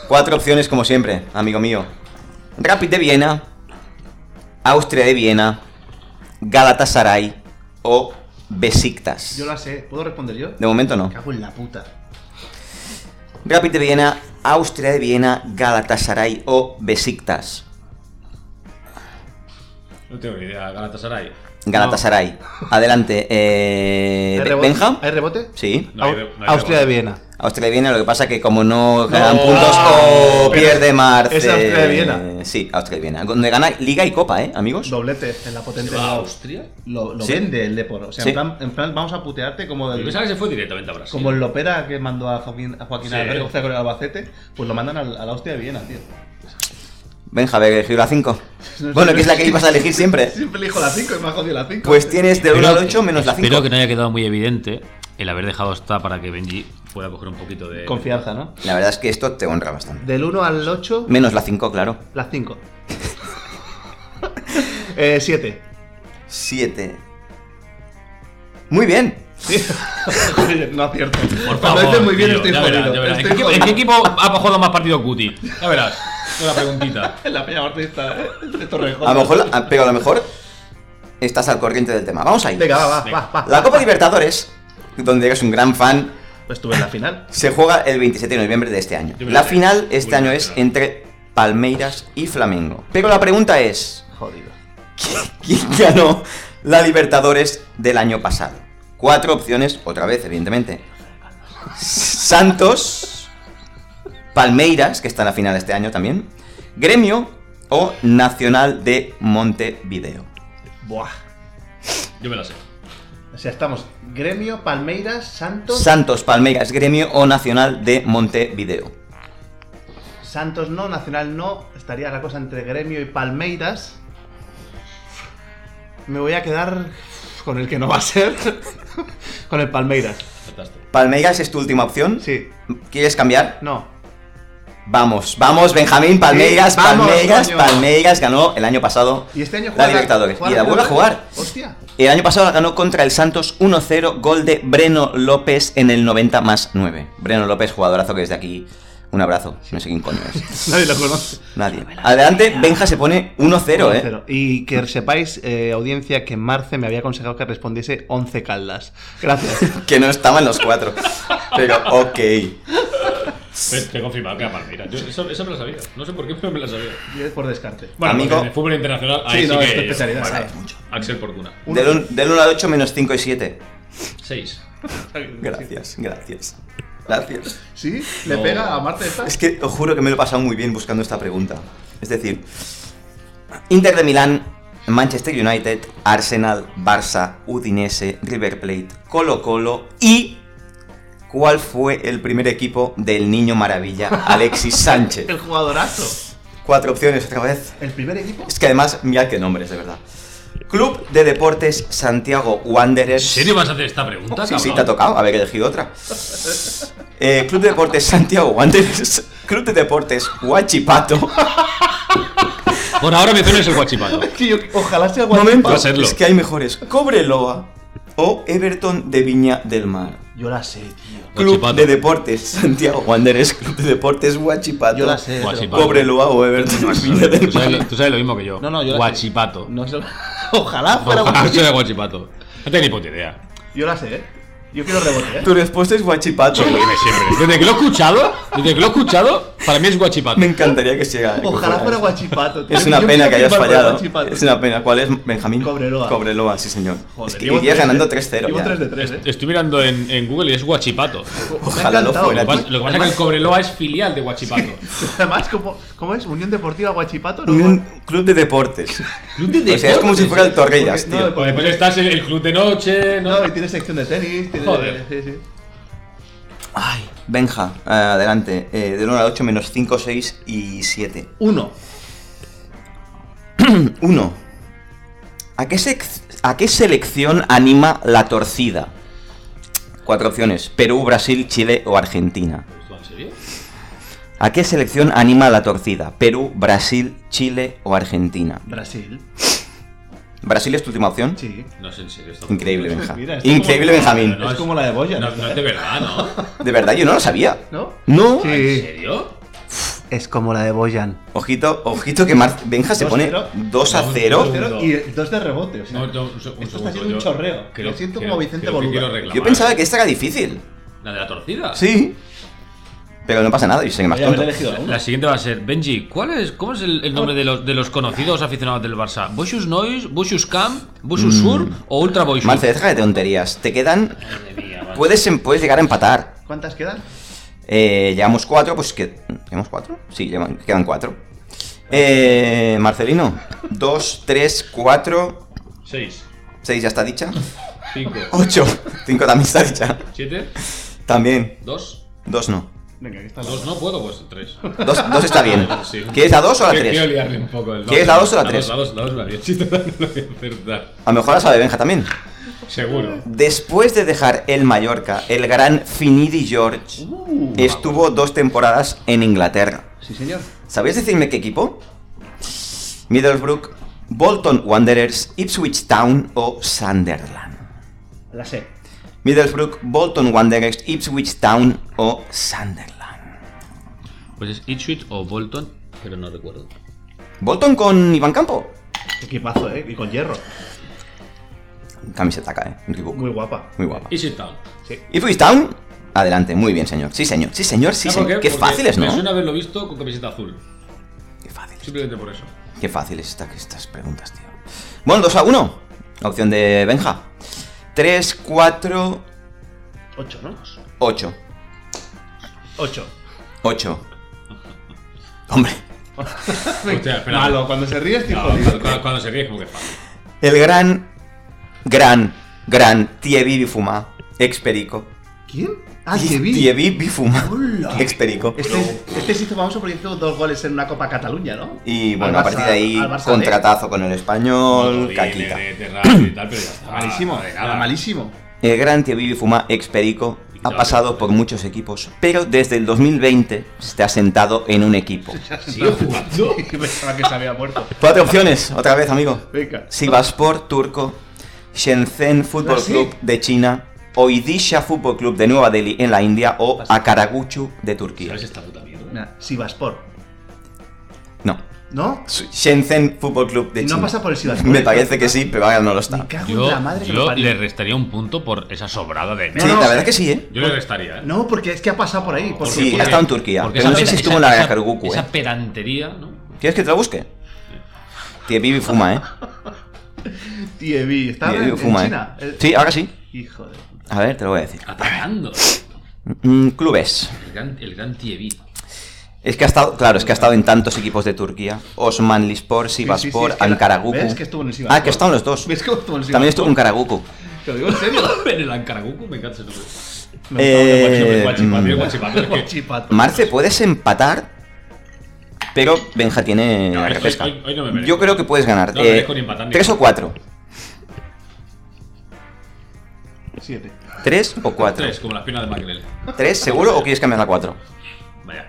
A: Cuatro opciones como siempre, amigo mío. Rapid de Viena, Austria de Viena, Galatasaray o Besiktas.
C: Yo la sé. ¿Puedo responder yo?
A: De momento no.
C: Me Cago en la puta.
A: Rapid de Viena, Austria de Viena, Galatasaray o Besiktas.
D: No tengo ni idea, Galatasaray.
A: Galatasaray. Adelante. Eh,
C: ¿Hay
A: Be-
C: rebote?
A: Benja.
C: ¿Hay rebote?
A: Sí.
D: No hay
C: Au-
D: re- no hay
C: Austria de
D: rebote.
C: Viena.
A: Austria de Viena, lo que pasa que como no ganan
C: No,
A: puntos o
C: pero
A: pierde Marte.
C: es Austria de Viena.
A: Sí, Austria de Viena. Donde gana Liga y Copa, ¿eh, amigos?
C: Doblete en la potente.
D: ¿Se va a Austria?
C: Lo, lo
A: Sí.
C: vende el Depor. O sea,
A: Sí.
C: en, plan, en plan, vamos a putearte como
D: Yo
C: el,
D: pensaba que se fue directamente a Brasil.
C: como el Lopera que mandó a Joaquín, a Joaquín
D: Sí.
C: Alberto con el Albacete. Pues lo mandan al, al Austria de Viena, tío.
A: Benja, había elegido la 5.
C: No,
A: Bueno,
C: sí,
A: que es la que
C: sí.
A: ibas a elegir siempre.
C: Siempre elijo la 5 y me ha jodido la 5.
A: Pues tienes del 1 al 8 menos la 5.
D: Espero que no haya quedado muy evidente el haber dejado esta para que Benji pueda coger un poquito de.
C: Eh, Confianza, ¿no?
A: La verdad es que esto te honra bastante.
C: Del 1 al 8,
A: Menos la 5, claro.
C: las 5. 7. Eh,
A: 7. Muy bien.
C: Joder, no acierto.
D: Por
C: Cuando
D: favor.
C: dices muy bien
D: tío,
C: estoy
D: ya verás,
C: jodido.
D: ya verás. ¿En,
C: Estoy
D: qué,
C: jodido.
D: en qué equipo ha jugado más partido Cuti? Ya verás. Es la preguntita.
C: La peña martista eh, de Torrejón.
A: A lo mejor, a- pero a lo mejor estás al corriente del tema. Vamos ahí.
C: Venga, va, va,
D: Venga.
C: va, va.
A: La Copa Libertadores, donde eres un gran fan,
C: Pues estuve en la final.
A: se juega el 27 de noviembre de este año.
D: Yo me
A: La
D: lo-
A: final este
D: Uy,
A: año
D: qué
A: es
D: raro.
A: entre Palmeiras y Flamengo. Pero la pregunta es,
C: Jodido.
A: ¿quién ganó la Libertadores del año pasado? Cuatro opciones, otra vez, evidentemente. Santos, Palmeiras, que está en la final este año también, Gremio o Nacional de Montevideo.
C: Buah.
D: Yo me la sé.
C: O sea, estamos Gremio, Palmeiras, Santos.
A: Santos, Palmeiras, Gremio o Nacional de Montevideo.
C: Santos no, Nacional no. Estaría la cosa entre Gremio y Palmeiras. Me voy a quedar con el que no va a ser. con el Palmeiras.
D: Acertaste.
A: Palmeiras es tu última opción.
C: Sí.
A: ¿Quieres cambiar?
C: No.
A: Vamos, vamos, Benjamín, Palmeiras,
C: Sí, vamos,
A: Palmeiras,
C: coño.
A: Palmeiras ganó el año pasado
C: Y este año
A: la
C: juega
A: Libertadores.
C: juega
A: Y la vuelve a jugar.
C: Hostia.
A: El año pasado la ganó contra el Santos 1-0, gol de Breno López en el 90 más 9. Breno López, jugadorazo que desde aquí. Un abrazo, no sé quién coño es.
C: Nadie lo conoce.
A: Nadie. Adelante, Benja se pone 1-0, eh.
C: Cero. Y que sepáis, eh, audiencia, que Marce me había aconsejado que respondiese 11 caldas. Gracias.
A: Que no estaban los cuatro. Pero, ok.
D: Pero Te he confirmado que era Palmeiras. Yo, eso, eso me lo sabía. No sé por qué, pero me lo sabía.
C: Y es por descarte.
D: Bueno,
A: Amigo.
D: porque en el fútbol internacional. Ahí sí,
C: sí, no,
D: que
C: es tu especialidad.
D: bueno,
C: ¿sabes?
D: Axel Fortuna.
A: Del un- Del 1 al 8 menos 5 y 7.
D: 6.
A: Gracias, gracias. Gracias.
C: ¿Sí? ¿Le
D: No.
C: pega a Marce esta?
A: Es que os juro que me lo he pasado muy bien buscando esta pregunta. Es decir, Inter de Milán, Manchester United, Arsenal, Barça, Udinese, River Plate, Colo Colo y... ¿Cuál fue el primer equipo del niño maravilla Alexis Sánchez?
C: El jugadorazo.
A: Cuatro opciones otra vez.
C: ¿El primer equipo?
A: Es que además, mirad qué nombres, de verdad. Club de Deportes Santiago Wanderers.
D: ¿En serio vas a hacer esta pregunta?
A: Sí, sí,
D: cabrón?
A: te ha tocado haber elegido otra. Eh, Club de Deportes Santiago Wanderers, Club de Deportes Huachipato.
D: Por ahora mi zona es el guachipato.
C: Sí, yo- ojalá sea
A: Momento,
D: Va a serlo.
A: es que hay mejores. Cobreloa o Everton de Viña del Mar.
C: Yo la sé, tío.
A: Club
D: Huachipato.
A: de Deportes Santiago Wanderers, Club de Deportes Huachipato.
C: Yo la sé. pero-
D: Guachipato.
A: Cobreloa o Everton de Viña
D: Tú
A: del Mar.
D: sabes, lo- tú sabes lo mismo que yo.
C: No, no, yo la sé.
D: Guachipato.
C: No sé- Ojalá fuera
D: Ojalá
C: Guachipato.
D: sea de guachipato. No tengo ni puta idea.
C: Yo la sé, eh. Yo quiero rebote, eh.
A: Tu respuesta es Huachipato.
D: Eso lo dime siempre. Desde que lo he escuchado, desde que lo he escuchado, para mí es guachipato.
A: Me encantaría que sea. que
C: Ojalá fuera
A: eso.
C: Guachipato. tío.
A: Es una
C: Yo
A: pena
C: quiero
A: que hayas
C: firmar por
A: fallado.
C: Guachipato.
A: Es una pena. ¿Cuál es, Benjamín?
C: Cobreloa.
A: Cobreloa, sí, señor.
C: Joder,
A: es que
C: llevo
A: irías
C: tres,
A: ganando
C: eh.
A: 3-0.
C: Llevo
A: ya. Este,
C: 3 de 3, eh.
D: Estoy mirando en, en Google y es guachipato.
A: Ojalá lo
C: encantado.
A: fuera.
D: Lo que
A: tío.
D: pasa, lo que pasa es que el Cobreloa es filial de guachipato.
C: Además, ¿cómo, ¿cómo es? ¿Unión Deportiva Guachipato? ¿no?
A: Un club de deportes. O sea, es como si fuera el Torrellas,
C: Porque- no,
A: tío.
D: Pues después estás en el club de noche, ¿no?
C: No, y tiene sección de tenis. Tiene,
D: Joder.
C: Sí, sí.
A: Ay, Benja, eh, adelante. Eh, del 1 al 8, menos 5, 6 y 7.
C: Uno.
A: 1. ¿A qué, sec- ¿A qué selección anima la torcida? Cuatro opciones: Perú, Brasil, Chile o Argentina.
D: ¿En serio?
A: ¿A qué selección anima la torcida? ¿Perú, Brasil, Chile o Argentina?
C: Brasil.
A: ¿Brasil es tu última opción?
C: Sí.
D: No es en serio. esto.
A: Increíble, Benja.
C: Mira, esto
A: Increíble,
C: como-
A: Benjamín.
D: No,
C: es
D: es-
C: como la de Boya.
D: No, no es de verdad, ¿no?
A: De verdad, yo no lo sabía.
C: ¿No?
A: No.
D: ¿En
C: Sí.
D: serio?
C: Es como la de Boyan.
A: Ojito, ojito que Mar- Benja se
C: Dos
A: pone
C: cero.
A: 2 a
D: Dos
A: 0.
D: cero.
C: Y dos de rebote, o sea.
D: No, no, un se- un
C: esto
D: segundo,
C: está siendo un
D: yo
C: chorreo.
D: creo-
C: Me siento
D: creo-
C: como Vicente
D: creo que
C: Boluda.
D: quiero reclamar.
A: Yo pensaba que esta era difícil.
D: ¿La de la torcida?
A: Sí. Pero no pasa nada, yo soy más
C: Podría haber
A: tonto.
C: elegido la uno.
D: La siguiente va a ser Benji. ¿Cuál es, ¿Cómo es el, el nombre de los, de los conocidos aficionados del Barça? ¿Boschus Nois, Boschus Camp, Boschus
A: Mm.
D: Sur o Ultra Boschus?
A: Marce, deja de tonterías. Te quedan.
D: Madre mía, macho.
A: Puedes, em, puedes llegar a empatar.
C: ¿Cuántas quedan?
A: Eh, llevamos 4, pues que. ¿Llevamos 4? Sí, llevan- quedan 4. Eh, Marcelino, 2, 3, 4,
D: Seis,
A: 6 ya está dicha.
D: cinco,
A: 8, 5 también está dicha.
D: siete,
A: También,
D: dos.
A: 2 no.
C: Venga, aquí está.
D: Dos no puedo, pues tres.
A: 2 está bien.
D: Sí.
A: ¿Quieres la 2 o la
D: Quiero- Quiero
A: 3?
D: liarle un poco. el
A: ¿Quieres
D: dos.
A: la dos o la tres?
D: La dos, la dos, la bien. Si no lo voy a acertar.
A: A lo mejor la sabe Benja también.
D: Seguro.
A: Después de dejar el Mallorca, el gran Finidi George
C: Uh,
A: estuvo dos temporadas en Inglaterra.
C: sí, señor.
A: ¿Sabéis decirme qué equipo? Middlesbrough, Bolton Wanderers, Ipswich Town o Sunderland.
C: La sé.
A: Middlesbrough, Bolton Wanderers, Ipswich Town o Sunderland.
D: Pues es Ipswich o Bolton, pero no recuerdo.
A: Bolton con Iván Campo.
C: Equipazo, ¿eh? Y con hierro.
A: Camiseta acá, ¿eh? Reebok.
C: Muy guapa.
A: Muy guapa.
D: Easy Town.
A: Ipswich Town. Adelante, muy bien, señor. Sí, señor. Sí, señor. Sí,
D: ¿Sabes por
A: señor. Qué
D: Porque
A: fáciles,
D: Me suena
A: ¿no?
D: haberlo visto con camiseta azul.
A: Qué fáciles.
D: Simplemente por eso.
A: Qué fáciles esta- estas preguntas, tío. Bueno, 2 a 1. Opción de Benja. 3, 4,
C: 8, ¿no?
A: 8.
C: 8.
A: 8. Hombre.
D: Hostia, espera.
C: Malo, cuando se ríes, tío.
D: No,
C: jodido.
D: cuando, cuando se ríe, como que fácil.
A: El gran, gran, gran Thierry Bifuma. Experico.
C: ¿Quién? Ah, Dievi.
A: Thierry Bifuma.
C: Hola.
A: Experico.
C: Este, este se hizo famoso porque hizo dos goles en una Copa Cataluña, ¿no?
A: Y bueno,
C: Al
A: a partir
C: Barça-
A: de ahí,
C: al Barça eh. B.
A: contratazo con el español,
D: Jodines,
A: caquita.
D: de- de radio y tal, pero ya está.
C: Ah, Malísimo,
D: De
C: era
D: nada.
C: malísimo.
A: El gran Thierry Bifuma, Experico, ha pasado por muchos equipos, pero desde el 2020 se ha sentado en un equipo.
C: ¿Sigue jugando? Pensaba que se había muerto.
A: Cuatro opciones, otra vez, amigo.
C: Venga.
A: Sivaspor turco, Shenzhen Fútbol
C: ¿Ah, sí?
A: Club de China, Oidisha Fútbol Club de Nueva Delhi en la India
C: ¿Ah,
A: o Akaraguchu de Turquía.
D: ¿Sabes esta puta mierda?
C: Mira, Sivaspor.
A: No.
C: ¿No?
A: Shenzhen Fútbol Club de
C: ¿Y no
A: China.
C: pasa por el Sivaspor?
A: Me parece que sí, pero ahora no lo
C: Me
A: está.
C: cago en
D: Yo,
C: la madre que
D: yo
C: lo parió.
D: le restaría un punto por esa sobrada de.
A: Sí,
C: no,
A: la
C: no.
A: verdad que sí, ¿eh?
D: Yo le restaría, ¿eh?
C: No, porque es que ha pasado por ahí. Porque,
A: Sí,
D: Porque-
A: ha estado en Turquía,
D: porque
A: pero no
D: esa
A: sé si
D: pera-
A: estuvo
D: esa-
A: en la de
D: esa-
A: Akaruguku, eh.
D: Esa pedantería, ¿no?
A: ¿Quieres que te la busque? Tiepi y fuma, ¿eh?
C: Dievi, estaba en,
A: Tiepi y
C: en
A: fuma,
C: China.
A: ¿eh?
C: El-
A: Sí, ahora sí.
C: Hijo de...
A: A ver, te lo voy a decir.
D: Atacando.
A: Mm, clubes.
D: El gran, el gran Tievi.
A: Es que ha estado, claro, es que ha estado en tantos equipos de Turquía. Osmanlispor, Sivaspor,
C: es que la-
A: Ankaraguku.
C: ¿Ves que estuvo en el Sivaspor?
A: Ah, que están los dos.
C: ¿Ves cómo estuvo en el
A: También estuvo
C: Sivaspor?
A: en Karaguku.
C: Te lo digo en serio.
D: en el Ancaraguco me encanta ese nombre.
C: Me gustaba
A: Eh,
C: mucho
D: El
C: el
D: guachipato, el
A: mm.
C: guachipato.
D: guachipato, es que-
C: Guachipato.
A: Marce, puedes empatar, pero Benja tiene
D: No,
A: la
D: hoy-
A: repesca.
D: hoy- hoy no me merezco.
A: Yo creo que puedes ganar. Eh,
D: No me merezco ni empatar ni
A: ¿Tres o cuatro? pues.
C: Siete.
A: ¿Tres o cuatro?
D: Tres, como las piernas de Magrel.
A: ¿Tres seguro o quieres cambiar la cuatro?
D: Vaya.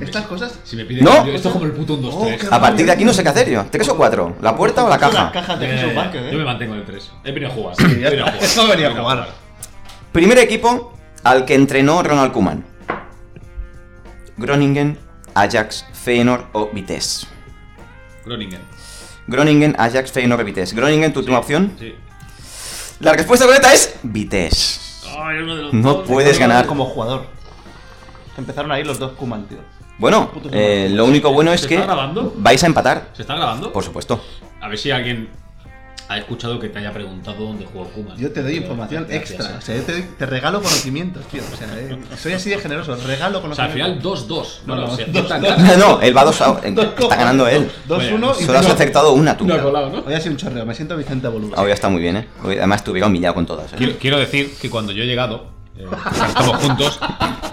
C: Estas cosas...
D: Si me piden
A: ¡No!
D: cambio, esto es como el puto 1, 2,
C: Oh,
D: 3.
C: qué
A: A partir de aquí no sé qué hacer yo. ¿Tres o cuatro? ¿La puerta o la
C: Las
A: caja?
C: cajas de Jesús Vázquez,
D: Yo me
C: ¿eh?
D: mantengo en el 3. He venido a jugar.
C: Sí,
D: he
C: ya
D: venido a
C: está.
D: jugar.
C: No venía a
D: He venido
C: jugar.
A: Primer equipo al que entrenó Ronald Koeman. Groningen, Ajax, Feyenoord o Vitesse.
D: Groningen.
A: Groningen, Ajax, Feyenoord o Vitesse. Groningen, tu última opción.
D: Sí.
A: La respuesta correcta es Vitesse.
D: Ay, uno de los
A: No
D: dos.
A: puedes ganar.
C: Como jugador. Empezaron ahí los dos Kuman, tío.
A: Bueno, eh, lo único bueno es
D: ¿Se
A: que
D: está grabando?
A: vais a empatar.
D: ¿Se está grabando?
A: Por supuesto.
D: A ver si alguien ha escuchado que te haya preguntado dónde jugó Kuman.
C: Yo te doy información
D: ¿eh?
C: extra. O sea, yo te, doy- te regalo conocimientos, tío. O sea, eh, soy así de generoso. Regalo
D: O sea, al
C: conocimientos.
D: final 2-2.
C: No,
D: Bueno,
C: no,
D: si
C: dos,
D: aciertan
C: dos.
D: ganas.
A: No, no, él va 2 a
C: Dos
A: Está ganando él.
C: Dos, uno y
A: Solo has
C: tengo-
A: acertado una tú.
D: No ha colado, ¿no?
C: Hoy ha sido un chorreo. Me siento Vicente Boludo.
A: Ah, Hoy está muy bien, ¿eh? Hoy, Además, te hubiera humillado con todas. ¿eh?
D: Quiero, quiero decir que cuando yo he llegado, eh, estamos juntos,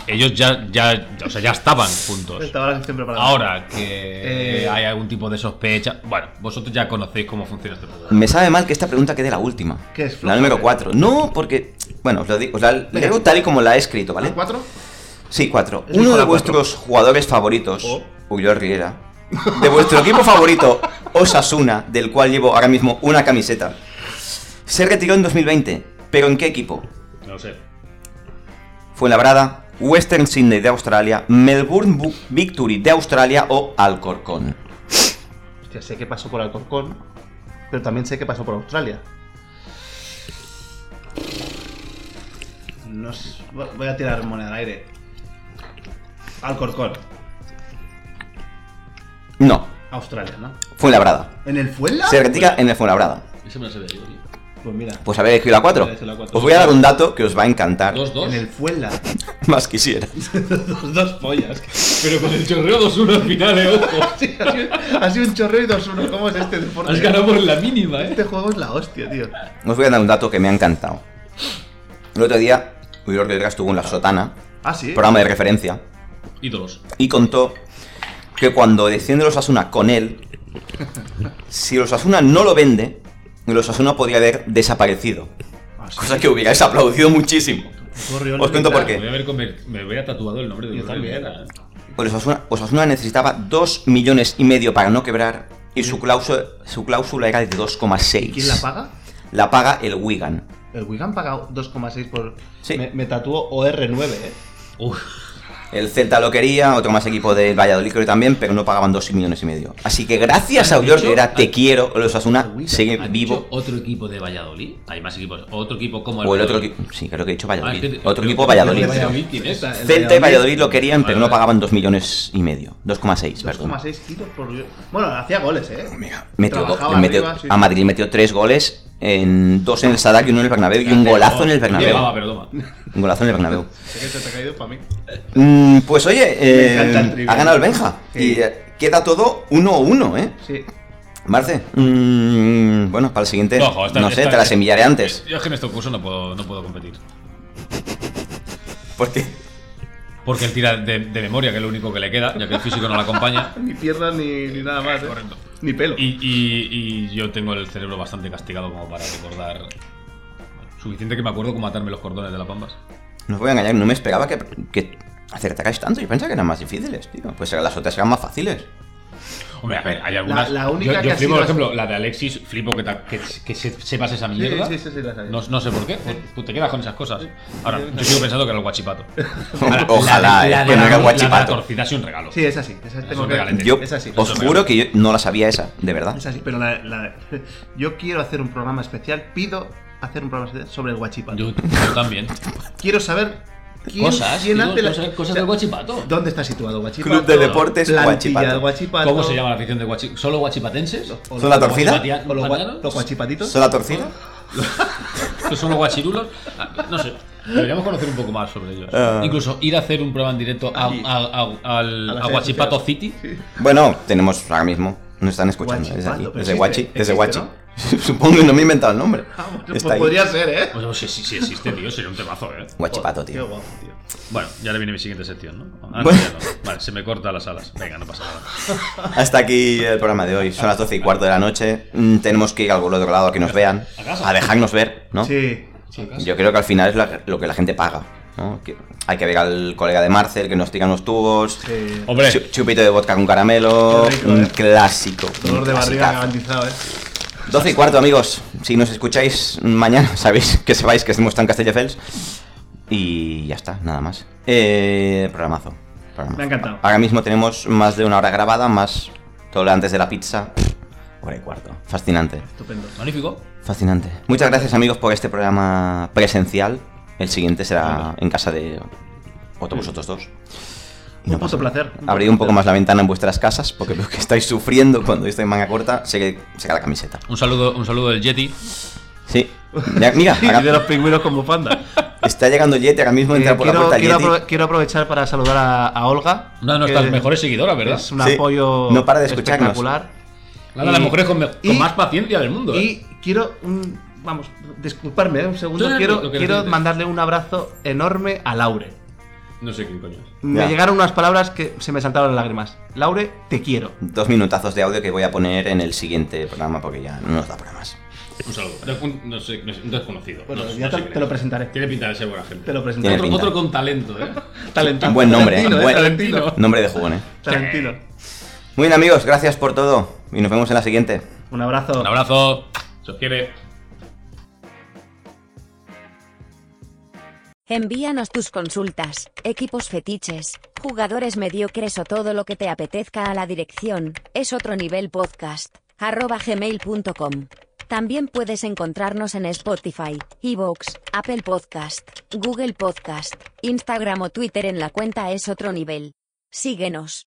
D: ellos ya, ya, o sea, ya estaban juntos.
C: Estaba la sección preparada.
D: Ahora que
C: Eh,
D: hay algún tipo de sospecha, bueno, vosotros ya conocéis cómo funciona este programa.
A: Me sabe mal que esta pregunta quede la última.
C: ¿Qué es,
A: La
C: floja,
A: número
C: eh?
A: 4. No, porque. Bueno, os, lo digo, os la
C: Venga.
A: leo tal y como la he escrito, ¿vale?
C: ¿Los cuatro?
A: Sí, 4.
C: Es
A: Uno
C: mejor
A: de
C: la cuatro.
A: vuestros jugadores favoritos,
C: Oh.
A: Ulloa Riera. De vuestro equipo favorito, Osasuna, del cual llevo ahora mismo una camiseta. Se retiró en 2020, pero ¿en qué equipo?
D: No sé.
A: Fuenlabrada, Western Sydney de Australia, Melbourne Bu- Victory de Australia o Alcorcón.
C: Hostia, sé que pasó por Alcorcón, pero también sé que pasó por Australia. No s- vo- voy a tirar moneda al aire. Alcorcón,
A: No,
C: Australia, ¿no?
A: Fuenlabrada.
C: ¿En el Fuenla?
A: Se retira en el Fuenlabrada.
D: Eso me lo sabía yo, tío.
C: Pues mira,
A: Pues habéis elegido la 4.
C: Habéis elegido la cuatro.
A: Os voy a dar un dato que os va a encantar.
D: Dos, dos.
C: en el Fuenla.
A: Más quisiera.
C: Dos, dos pollas.
D: Pero con el chorreo 2-1 al final, eh, ojo.
C: Sí, ha, sido, ha sido un chorreo y dos uno. ¿Cómo es este deporte?
D: Has ganado por la mínima, eh.
C: Este juego es la hostia, tío.
A: Os voy a dar un dato que me ha encantado. El otro día, Ulloa Riera estuvo en la sotana,
C: Ah, sí.
A: programa de referencia,
D: Ídolos.
A: y contó que cuando desciende los Asuna con él, si los Asuna no lo vende, los Asuna podría haber desaparecido.
C: Ah, sí.
A: Cosa que hubierais aplaudido muchísimo.
C: Corrió el
A: os cuento por
C: Fuenla.
A: qué.
D: Me voy a haber conver- me hubiera tatuado el nombre de
C: Yo
D: Ulloa
C: también.
D: Rivera, eh.
A: Pues Osasuna, Osasuna necesitaba 2 millones y medio para no quebrar y su cláusula, su cláusula era de
C: ¿Quién la
A: 2,6.
C: paga?
A: La paga el Wigan.
C: El Wigan paga 2,6 por.
A: Sí.
C: Me, me tatuó OR9, ¿eh?
A: El Celta lo quería, otro más equipo del Valladolid creo que también, pero no pagaban 2 millones y medio. Así que gracias a
D: ¿Han
A: Oriol
D: dicho?
A: era te quiero, los Asuna sigue
D: ¿Han dicho
A: vivo.
D: Otro equipo de Valladolid. Hay más equipos. Otro equipo como el.
A: O el otro
D: Valladolid.
A: equipo. Sí, creo que he dicho
D: Ah, es
A: Valladolid.
D: que-
A: Otro
D: creo
A: equipo
D: que-
A: Valladolid.
D: Valladolid, ¿quién es?
C: El
A: Celta y Valladolid lo querían,
D: Vale,
A: pero no
D: vale.
A: pagaban 2 millones y medio. 2,6, perdón.
C: 2,6 kilos por. Bueno, hacía goles, ¿eh?
A: Metió do-
C: Trabajaba
A: metió-
C: arriba, sí,
A: a
C: sí.
A: Madrid metió tres goles, en dos en el Sadar y uno en el Bernabéu y un golazo en el Bernabéu.
D: Llevaba, pero toma.
A: Un golazo en el Bernabéu.
C: Sé que se te ha caído para mí.
A: Mm, pues oye, eh,
C: encanta el trivial.
A: ha ganado el Benja.
C: Sí.
A: Y eh, queda todo 1-1, ¿eh?
C: Sí.
A: Marce, mm, bueno, para el siguiente, no,
D: joder, esta-
A: sé,
D: esta-
A: te las enviaré antes.
D: Yo es que en este curso no puedo, no puedo competir. eh.
A: Porque
D: Porque él tira de, de memoria, que es lo único que le queda, ya que el físico no la acompaña.
C: Ni piernas ni, ni nada más, ¿eh?
D: Correcto.
C: Ni pelo.
D: Y, y- y yo tengo el cerebro bastante castigado como para recordar. bueno, Suficiente que me acuerdo cómo atarme los cordones de la pambas.
A: no os voy a engañar, no me esperaba que, que acertarais tanto. Yo pensaba que eran más difíciles, tío. Pues las otras eran más fáciles.
D: Hombre, a ver, hay algunas.
C: la única
D: yo,
C: que
D: yo
C: ha
D: flipo,
C: sido-
D: por ejemplo, la de Alexis, flipo que, ta- que, que se, sepas esa mierda.
C: sí, sí, sí, la sabía.
D: no, no sé por qué. pues, tú te quedas con esas cosas. Ahora, yo sigo pensando que era el guachipato.
A: Ojalá,
D: la,
A: eh, que no era
D: La de la
A: guachipato.
D: torcida es un regalo.
C: Sí, es así. Esa tengo
D: un
C: que
D: regalete.
A: Yo
C: Es así.
A: os juro que yo no la sabía esa, de verdad.
C: Es así, pero la, la- yo quiero hacer un programa especial. Pido hacer un programa especial sobre el guachipato.
D: Yo, yo también.
C: Quiero saber quién,
D: Cosas,
C: quién
D: tío,
C: hace la-
D: cosas- cosas
C: o sea,
D: del guachipato.
C: ¿Dónde está situado Guachipato?
A: Club de Deportes
C: Plantilla
A: Guachipato.
C: del Guachipato.
D: ¿Cómo se llama la afición de guachipato? ¿Solo guachipatenses?
C: O
A: ¿Son la
C: los
A: torcida?
C: guachipatia- o los gua- Los guachipatitos.
A: ¿Son la torcida?
D: ¿Que son los guachirulos? Ah, No sé. Deberíamos conocer un poco más sobre ellos.
A: Ah.
D: Incluso ir a hacer un programa en directo a,
C: Allí.
D: a- a- al,
C: A la
D: a
C: sede
D: Guachipato
C: social.
D: City.
A: Bueno, tenemos ahora mismo. Nos están escuchando
C: Guachipato,
A: desde aquí,
C: pero
A: desde
C: existe,
A: Guachi. Desde
C: existe,
A: Guachi.
C: ¿no?
A: Supongo que no me he inventado el nombre.
C: Vamos,
A: Está
C: pues
A: ahí.
C: podría ser, ¿eh?
D: Pues no sé si, si existe, tío. Sería un temazo, ¿eh?
A: Guachipato,
C: Qué
A: tío.
C: guapo, tío.
D: Bueno, ya ahora viene mi siguiente sección, ¿no? Ah, no,
A: Bueno.
D: ya no. Vale, se me corta las alas. Venga, no pasa nada.
A: Hasta aquí el programa de hoy. Son las 12 y cuarto de la noche. Mm, Tenemos que ir al otro lado a que nos vean.
D: ¿A casa?
A: A dejarnos ver, ¿no?
C: Sí.
A: Yo creo que al final es la- lo que la gente paga. ¿no? Que hay que ver al colega de Marcel que nos tira unos tubos.
C: sí.
D: Hombre,
A: chu- Chupito de vodka con caramelo.
C: Qué rico,
A: un
C: eh.
A: clásico.
C: Dolor
A: un
C: de barriga
A: clasicazo.
C: garantizado, ¿eh?
A: 12 y cuarto, amigos. Si nos escucháis mañana, sabéis que sepáis que estamos en Castelldefels. Y ya está, nada más. Eh, programazo, programazo.
C: Me ha encantado.
A: Ahora mismo tenemos más de una hora grabada, más todo lo antes de la pizza. Hora y cuarto. Fascinante,
C: Estupendo.
D: magnífico.
A: fascinante. Muchas gracias, amigos, por este programa presencial. El siguiente será en casa de otro vosotros dos. Y
C: Un
A: no
C: puto
A: pasa
C: placer.
A: Abrid un poco más la ventana en vuestras casas, porque veo que estáis sufriendo cuando estoy en manga corta. Se que seca la camiseta.
D: Un saludo, un saludo del Yeti.
A: Sí. Mira, mira,
C: Y
A: ahora-
C: de los pingüinos como panda.
A: Está llegando el Yeti, ahora mismo entra
C: Eh,
A: por la
C: quiero,
A: puerta el
C: quiero
A: Yeti.
C: aprove- quiero aprovechar para saludar a, a Olga.
D: Una
C: que
D: de nuestras mejores seguidoras, ¿verdad?
C: Es un
A: Sí,
C: apoyo
A: no para de escucharnos.
C: espectacular.
D: Una de las
C: y-
D: mujeres con, me- con
C: y-
D: más paciencia del mundo. ¿eh?
C: Y quiero un- Vamos, disculparme ¿eh? un segundo.
D: Tú,
C: quiero
D: lo que
C: quiero
D: necesites.
C: mandarle un abrazo enorme a Laure.
D: No sé quién coño es.
C: Me
A: Ya.
C: llegaron unas palabras que se me saltaron las lágrimas. Laure, te quiero.
A: Dos minutazos de audio que voy a poner en el siguiente programa porque ya no nos da para más.
D: Un saludo. Un- no sé, no sé, un desconocido.
C: Bueno,
D: No sé,
C: ya
D: no
C: te,
D: sé quién
C: te lo
D: es.
C: presentaré.
D: Tiene pinta de ser buena gente.
C: Te
A: Tiene
C: lo presentaré.
D: otro,
A: pinta.
D: otro con talento, ¿eh?
C: Talentazo.
A: Buen nombre, ¿eh?
C: Talentino,
A: buen-
C: Talentino.
A: Nombre de jugón, ¿eh?
C: Talentino.
A: Muy bien, amigos, gracias por todo y nos vemos en la siguiente.
C: Un abrazo.
D: Un abrazo. Se os quiere.
B: Envíanos tus consultas, equipos fetiches, jugadores mediocres o todo lo que te apetezca a la dirección es otro nivel podcast arroba gmail.com. También puedes encontrarnos en Spotify, Evox, Apple Podcast, Google Podcast, Instagram o Twitter en la cuenta es otro nivel. Síguenos.